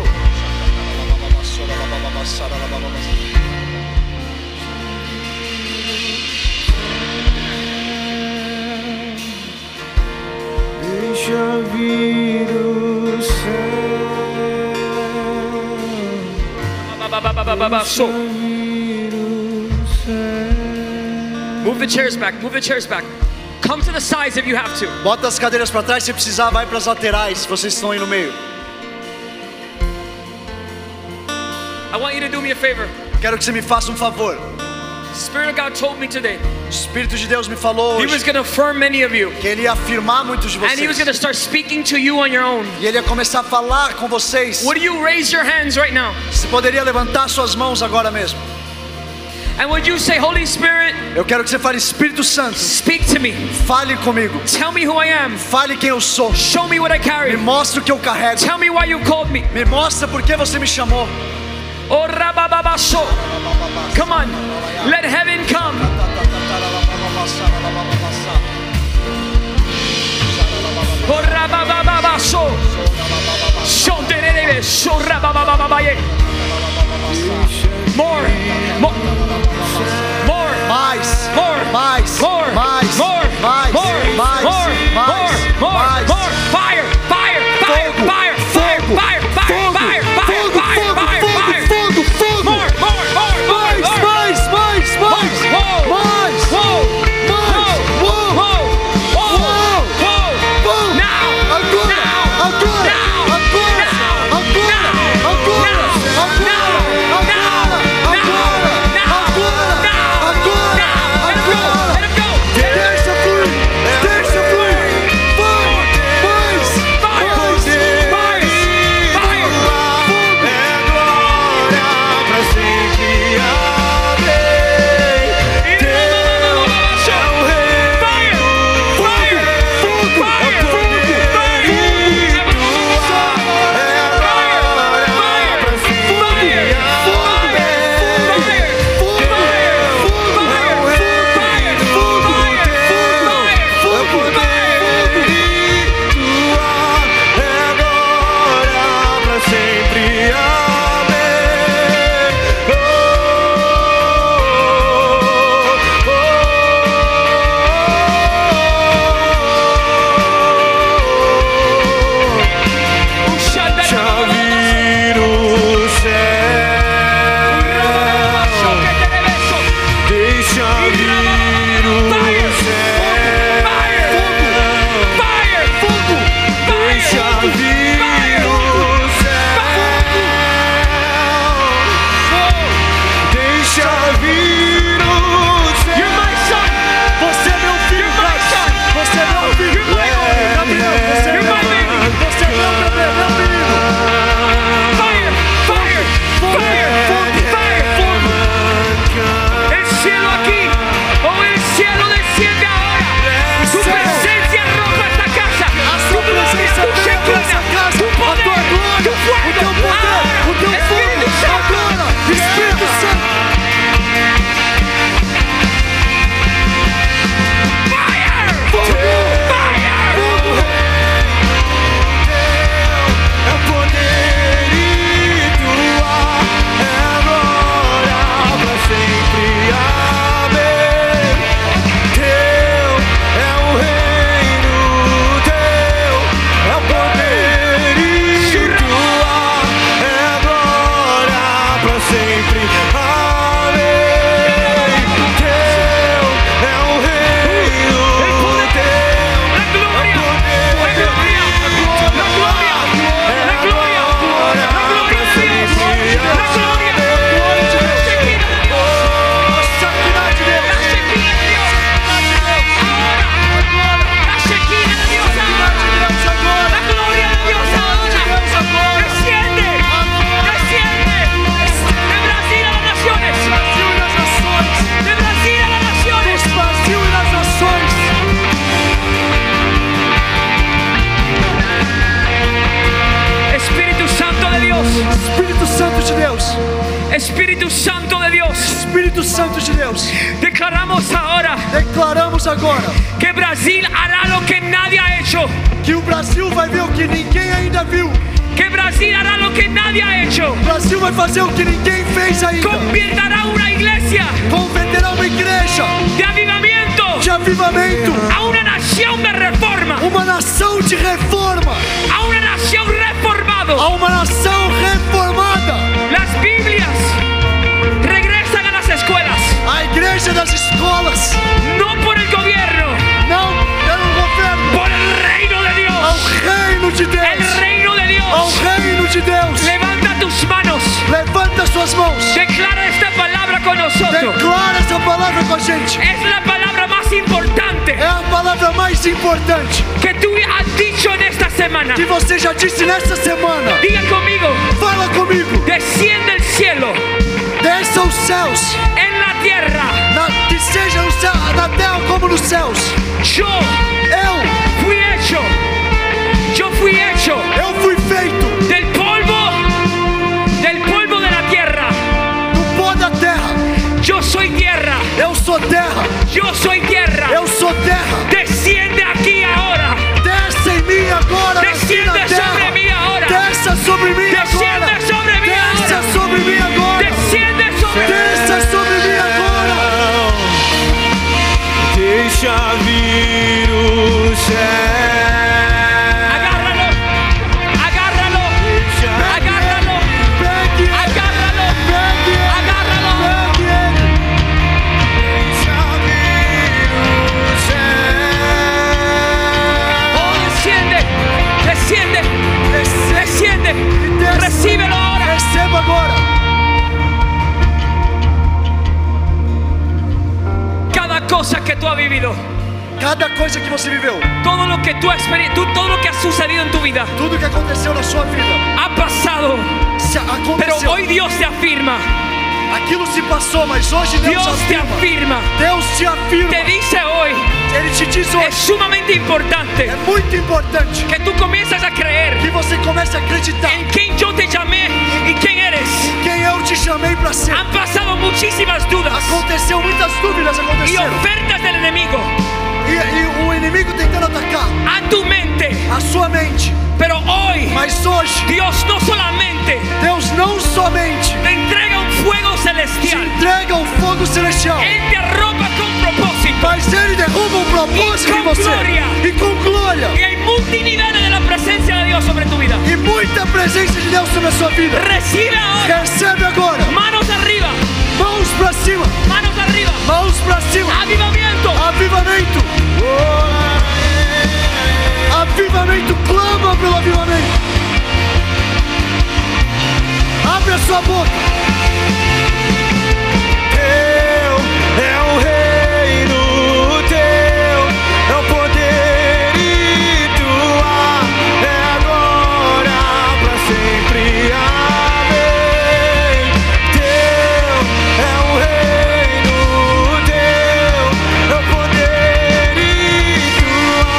Deixa vir o céu,
Babababababasho.
vir o céu.
Move the chairs back. Move the chairs back. Come to the sides if you have to.
Bota as cadeiras para trás, se precisar, vai para as laterais, se vocês estão aí no meio.
I want you to do me a favor.
Quero que você me faça um favor.
Spirit of God told me today
O Espírito de Deus me falou
He was
hoje
going to affirm many of you,
que ele ia afirmar muitos de
and He was going to
vocês.
start speaking to you on your own.
E ele ia começar a falar com vocês.
Would you raise your hands right now?
Você poderia levantar suas mãos agora mesmo.
And would you say, Holy Spirit,
Eu quero que você fale, Espírito Santo,
speak to me.
fale comigo.
Tell me who I am.
Fale quem eu sou.
Show me what I
Me
carry.
mostra o que eu carrego.
Tell me why you called me.
Me mostra por que você me chamou.
Oh, rabababaso. Come on. Let heaven come. Oh, rabababaso. Shonderebe, shorababababaye. More. More. More.
Mais,
More.
mais,
More.
mais,
More. More.
mais, mais,
More. More.
mais,
More.
mais.
More. Fire. Fire. Fire.
Fogo,
Fire. Fire.
fogo,
Fire. Fire.
fogo,
Fire. Fire. Fire.
fogo, fogo,
Fire.
fogo,
Fire.
fogo, fogo.
More, more, more, more,
Mais,
more.
mais, mais, mais,
Whoa. Whoa.
mais, mais.
Whoa.
Uou,
Whoa. Whoa. Whoa.
uou.
Now.
Agora,
Now.
agora,
Now.
agora,
Now.
agora,
Now.
agora,
Now. Now.
agora, agora,
Now.
agora,
Now.
agora,
Now. Let 'em go.
agora.
Let 'em go.
Deixa fluir, deixa fluir. Vai, mais,
Fire.
mais,
Fire.
mais.
Fire.
É
Fire. Fire. Fire.
É
Fire.
Deixa vir o céu. Deixa vir o céu. Deixa vir o céu.
Você é meu filho, Braz. Você é meu filho, Gabriel. Gabriel, você é meu filho. Você é meu bebê, meu menino.
El cielo aquí, oh el cielo desciende ahora. Tu presencia roba esta casa. Tu presencia, tu
Essa
shekinah,
casa,
tu
a tua
poder, tu
glória, o
fuego.
teu poder, o
Ahora,
teu
Espíritu
fogo,
Santo.
agora, Espírito Santo.
Fire, fire,
É poder e tua é glória pra sempre. Amém. Teu é o reino, teu é o poder e tua é glória pra sempre. Amém. Teu é o reino, teu
la gloria, la gloria, la gloria, la gloria, la gloria de Dios, la gloria, la shekinah de Dios. La Shekinah de Dios. Ahora. La Shekinah de Dios ahora. La gloria de Dios ahora. Desciende. Desciende. De Brasil a las naciones. De Brasil a las naciones. Espíritu Santo de Dios.
Espírito Santo de Deus,
Espíritu Santo de Dios.
Espírito Santo de Deus,
Declaramos ahora
declaramos agora
que Brasil hará lo que nadie ha hecho.
que o Brasil vai ver o que ninguém ainda viu. O
Que Brasil hará lo que nadie ha hecho.
Brasil vai fazer o que ninguém fez ainda.
Convirtará una iglesia
Converterá uma igreja
de avivamiento
de avivamento,
a una nación de reforma,
uma nação de reforma,
a una nación
a
reformada.
uma nação reformada.
Las Biblias regresan a las escuelas,
A igreja das escolas,
no por el gobierno,
não pelo governo,
por el reino de
ao
Dios.
reino de
El
Deus,
reino de
ao
Dios.
reino de Deus.
Levanta tus manos,
Levanta suas mãos,
declara esta palabra con nosotros.
declara essa palavra com a gente.
Es la palabra más importante
É a palavra mais importante
que tú has dicho en esta semana.
que você já disse nesta semana.
Diga conmigo,
Fala comigo.
desciende el cielo
Desça os céus,
en la tierra.
na, que seja no céu, na terra como nos céus.
Yo
Eu,
fui hecho, yo fui hecho
eu fui feito
del polvo, del polvo de la tierra cosa que tú has vivido,
Cada coisa que você viveu,
todo lo que tú has experi- tú- todo lo que ha sucedido en tu vida,
tudo que aconteceu na sua vida,
ha pasado.
se
Pero
aconteceu.
hoy Dios te afirma,
Aquilo se passou, mas hoje Deus
Dios te
afirma.
afirma,
Deus te afirma.
te dice hoy,
Ele te diz
es
hoje.
sumamente importante
É muito importante
que tú comiences a creer
que você comece a acreditar
en quién yo te llamé y quién eres.
quem eu te chamei para ser.
Han pasado muchísimas dudas
Aconteceu muitas dúvidas
y
aconteceram.
ofertas del enemigo
E, e o inimigo tentando atacar
a tu mente,
a sua mente.
pero hoy
Mas hoje,
Dios no solamente
Deus não somente
te entrega um fuego
te
celestial.
entrega o fogo celestial,
Él te arropa con propósito.
mas ele derruba o propósito
E com
em você.
glória.
E com glória.
Y hay multiniveles de la presencia de Dios sobre tu vida.
E muita presença de Deus sobre a sua vida.
Recibe ahora.
Recebe agora.
Manos arriba.
Mãos pra cima.
Manos arriba.
Mãos pra cima.
Avivamiento.
Avivamento. Avivamento. Clama pelo avivamento. Abre a sua boca.
Teu é o reino, teu é o poder e tua é agora para sempre. Amém. Teu é o reino, teu é o poder e tua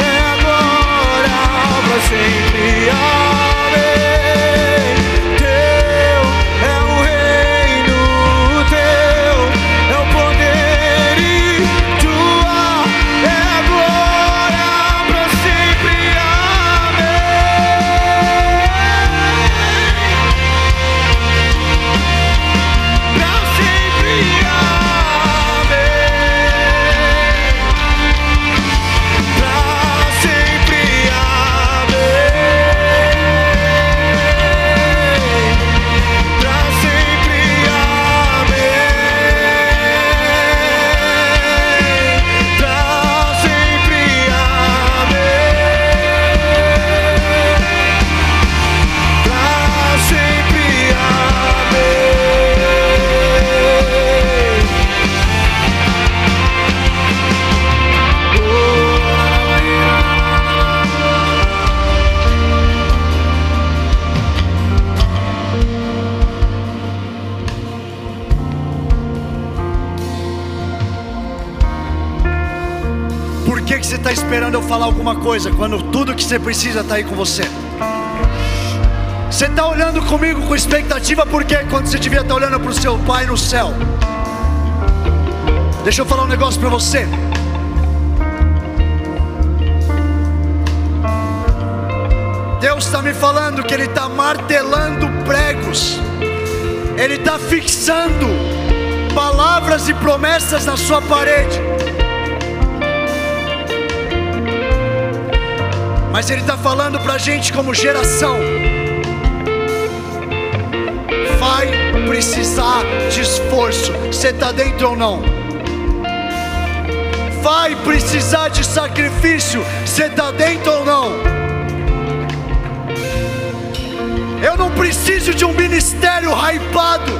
é agora para sempre. Amém. Teu é o reino, teu é o poder e tua é a glória para sempre. Amém. Para sempre. Amém. Para sempre. Amém. Pra sempre amém. Pra sempre amém. Pra sempre amém.
Por que, que você está esperando eu falar alguma coisa quando tudo que você precisa está aí com você? Você está olhando comigo com expectativa porque quando você devia estar olhando para o seu pai no céu. Deixa eu falar um negócio para você. Deus está me falando que Ele está martelando pregos, Ele está fixando palavras e promessas na sua parede. Mas ele está falando pra gente como geração. Vai precisar de esforço, você tá dentro ou não? Vai precisar de sacrifício, você tá dentro ou não? Eu não preciso de um ministério hypado.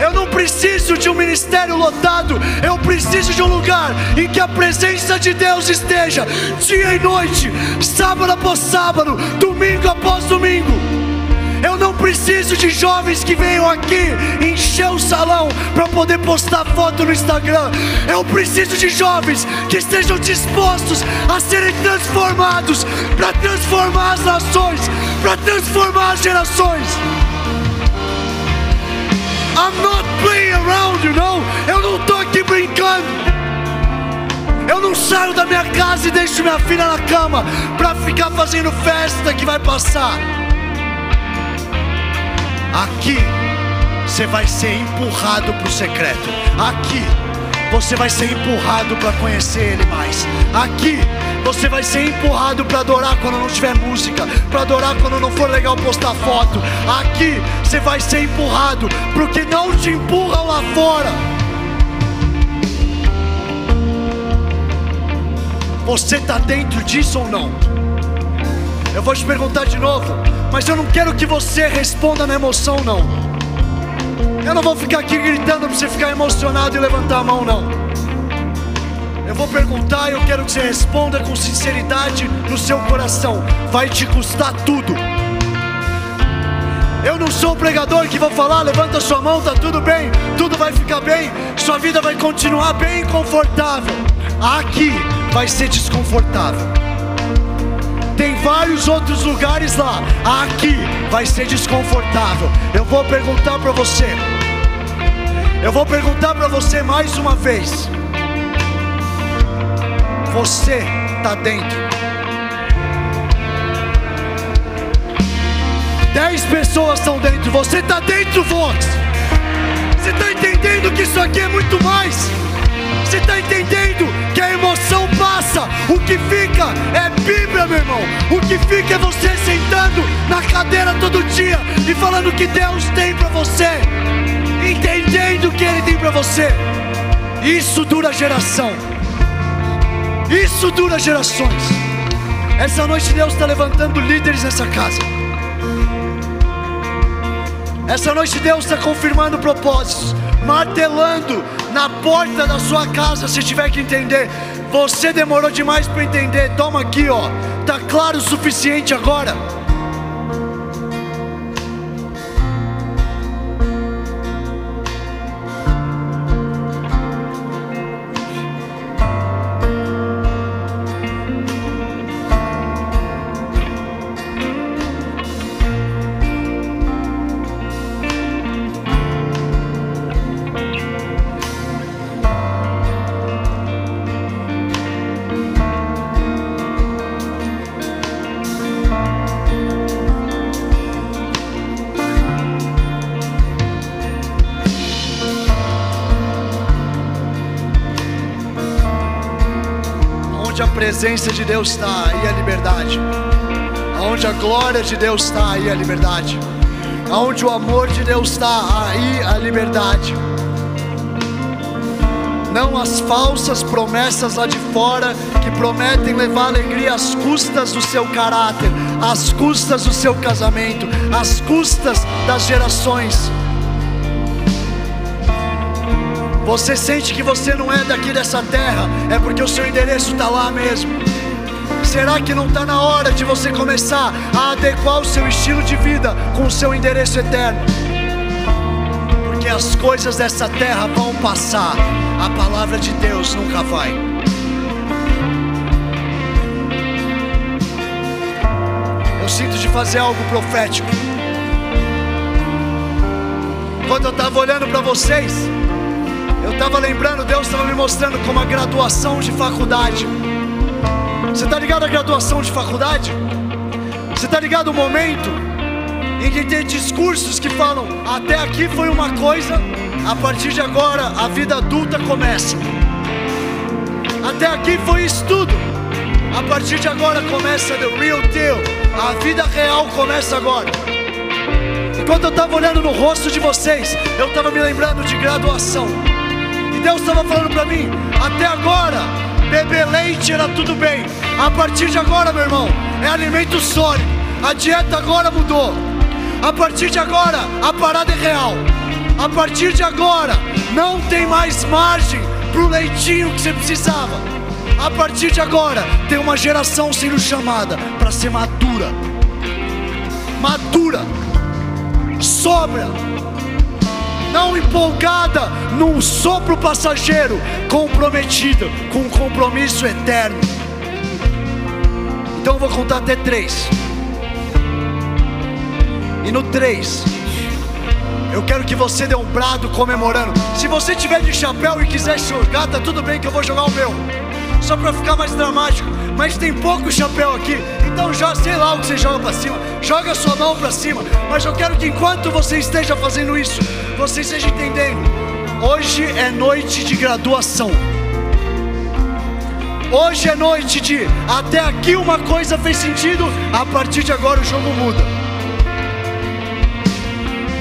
Eu não preciso de um ministério lotado. Eu preciso de um lugar em que a presença de Deus esteja dia e noite, sábado após sábado, domingo após domingo. Eu não preciso de jovens que venham aqui encher o salão para poder postar foto no Instagram. Eu preciso de jovens que estejam dispostos a serem transformados para transformar as nações, para transformar as gerações. I'm not playing around, you know? Eu não tô aqui brincando. Eu não saio da minha casa e deixo minha filha na cama para ficar fazendo festa que vai passar. Aqui você vai ser empurrado para o secreto. Aqui você vai ser empurrado para conhecer Ele mais. Aqui você vai ser empurrado para adorar quando não tiver música, para adorar quando não for legal postar foto. Aqui você vai ser empurrado pro que não te empurram lá fora. Você tá dentro disso ou não? Eu vou te perguntar de novo, mas eu não quero que você responda na emoção, não. Eu não vou ficar aqui gritando pra você ficar emocionado e levantar a mão, não. Eu vou perguntar e eu quero que você responda com sinceridade no seu coração. Vai te custar tudo. Eu não sou o pregador que vai falar, levanta sua mão, tá tudo bem, tudo vai ficar bem, sua vida vai continuar bem confortável. Aqui vai ser desconfortável. Tem vários outros lugares lá, aqui vai ser desconfortável. Eu vou perguntar para você. Eu vou perguntar para você mais uma vez. Você tá dentro. Dez pessoas estão dentro. Você tá dentro, Vox. Você tá entendendo que isso aqui é muito mais? Você tá entendendo que a emoção passa? O que fica é Bíblia, meu irmão. O que fica é você sentando na cadeira todo dia e falando o que Deus tem para você. Entendendo o que Ele tem para você. Isso dura geração. Isso dura gerações. Essa noite Deus está levantando líderes nessa casa. Essa noite Deus está confirmando propósitos, martelando na porta da sua casa se tiver que entender. Você demorou demais para entender. Toma aqui, ó. Tá claro o suficiente agora. Onde a presença de Deus está, aí a liberdade. Onde a glória de Deus está, aí a liberdade. Onde o amor de Deus está, aí a liberdade. Não as falsas promessas lá de fora que prometem levar alegria às custas do seu caráter, às custas do seu casamento, às custas das gerações. Você sente que você não é daqui dessa terra, é porque o seu endereço está lá mesmo. Será que não está na hora de você começar a adequar o seu estilo de vida com o seu endereço eterno? Porque as coisas dessa terra vão passar, a palavra de Deus nunca vai. Eu sinto de fazer algo profético. Quando eu estava olhando para vocês, eu estava lembrando, Deus estava me mostrando como a graduação de faculdade. Você está ligado à graduação de faculdade? Você está ligado ao momento em que tem discursos que falam: até aqui foi uma coisa, a partir de agora a vida adulta começa. Até aqui foi estudo, a partir de agora começa the real deal. A vida real começa agora. Enquanto eu estava olhando no rosto de vocês, eu estava me lembrando de graduação. E Deus estava falando para mim: até agora, beber leite era tudo bem. A partir de agora, meu irmão, é alimento sólido. A dieta agora mudou. A partir de agora, a parada é real. A partir de agora, não tem mais margem pro leitinho que você precisava. A partir de agora, tem uma geração sendo chamada para ser madura. Madura. Sobra não empolgada num sopro passageiro, comprometida com um compromisso eterno. Então eu vou contar até três. E no três, eu quero que você dê um brado comemorando. Se você tiver de chapéu e quiser jogar, tá tudo bem que eu vou jogar o meu. Só pra ficar mais dramático. Mas tem pouco chapéu aqui. Então já sei lá o que você joga pra cima. Joga a sua mão pra cima. Mas eu quero que enquanto você esteja fazendo isso, você esteja entendendo. Hoje é noite de graduação. Hoje é noite de até aqui uma coisa fez sentido, a partir de agora o jogo muda.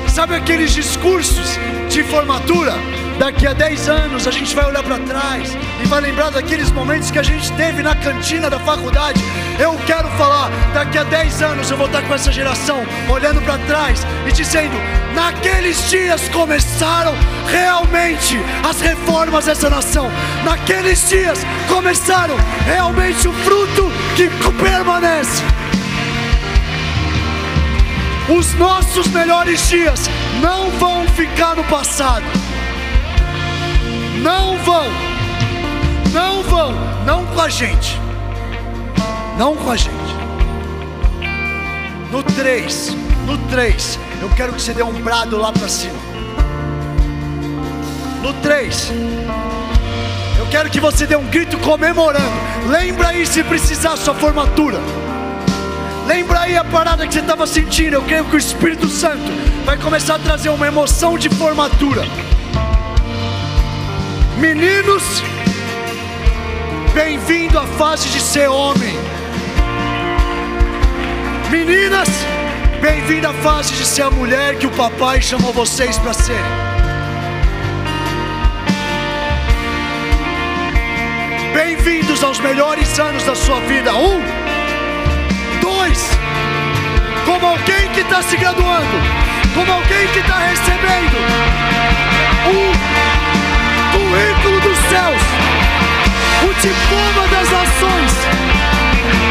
Sabe aqueles discursos de formatura? Daqui a 10 anos a gente vai olhar para trás e vai lembrar daqueles momentos que a gente teve na cantina da faculdade. Eu quero falar, daqui a 10 anos eu vou estar com essa geração olhando para trás e dizendo: naqueles dias começaram realmente as reformas dessa nação. Naqueles dias começaram realmente o fruto que permanece. Os nossos melhores dias não vão ficar no passado. Não vão. Não vão. Não com a gente. Não com a gente. No 3. No 3. Eu quero que você dê um brado lá pra cima. No 3. Eu quero que você dê um grito comemorando. Lembra aí se precisar sua formatura. Lembra aí a parada que você estava sentindo. Eu creio que o Espírito Santo vai começar a trazer uma emoção de formatura. Meninos, bem-vindo à fase de ser homem. Meninas, bem-vindo à fase de ser a mulher que o papai chamou vocês para ser. Bem-vindos aos melhores anos da sua vida. Um, dois, como alguém que está se graduando, como alguém que está recebendo o currículo dos céus, o diploma das nações,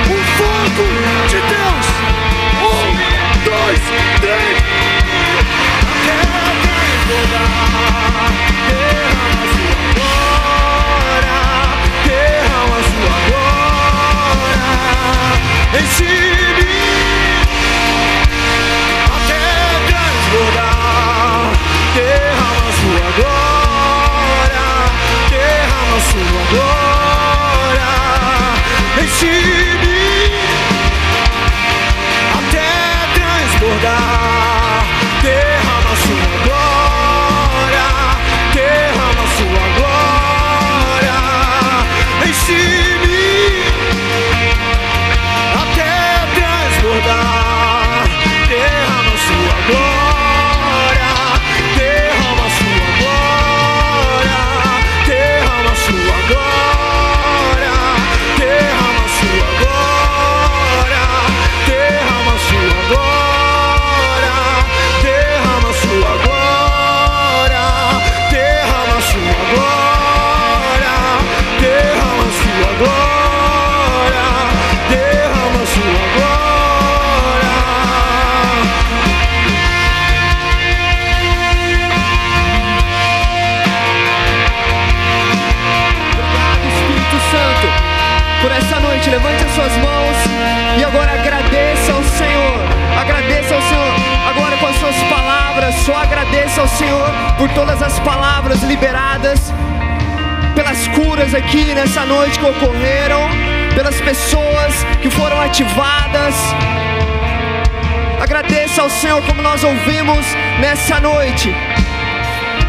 o fogo de Deus. Um, dois, três.
Derrama sua glória Enche-me até transbordar Derrama sua glória Derrama sua glória Enche-me até transbordar Derrama sua glória Derrama sua glória Enche-me até transbordar. Derrama sua glória, derrama sua glória, derrama sua glória, derrama sua glória, derrama sua glória, derrama sua glória, derrama sua glória, derrama sua glória, derrama sua glória.
Obrigado, Espírito Santo, por essa noite. Levante as suas mãos e agora agradeça ao Senhor. Agradeça ao Senhor. Agora com as suas palavras, só agradeça ao Senhor por todas as palavras liberadas, pelas curas aqui nessa noite que ocorreram, pelas pessoas que foram ativadas. Agradeça ao Senhor como nós ouvimos nessa noite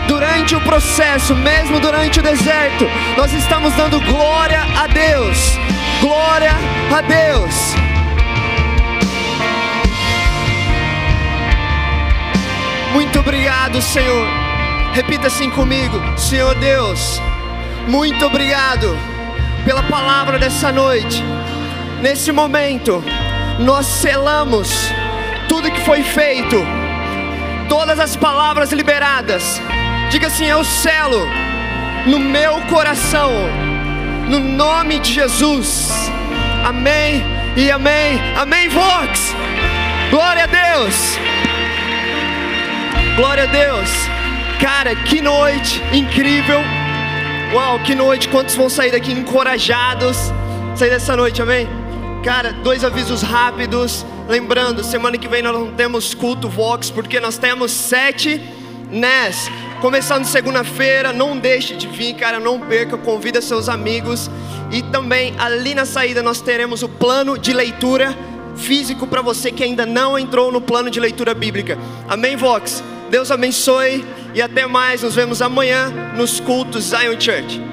durante o processo, mesmo durante o deserto, nós estamos dando glória a Deus. Glória a Deus. Muito obrigado, Senhor. Repita assim comigo, Senhor Deus. Muito obrigado pela palavra dessa noite. Nesse momento, nós selamos tudo que foi feito todas as palavras liberadas. Diga assim: Eu selo no meu coração, no nome de Jesus. Amém e amém. Amém, Vox. Glória a Deus. Glória a Deus. Cara, que noite incrível. Uau, que noite. Quantos vão sair daqui encorajados? Sair dessa noite, amém? Cara, dois avisos rápidos. Lembrando, semana que vem nós não temos culto Vox, porque nós temos sete NES. Começando segunda-feira, não deixe de vir, cara, não perca, convida seus amigos. E também ali na saída nós teremos o plano de leitura físico para você que ainda não entrou no plano de leitura bíblica. Amém, Vox? Deus abençoe e até mais. Nos vemos amanhã nos cultos Zion Church.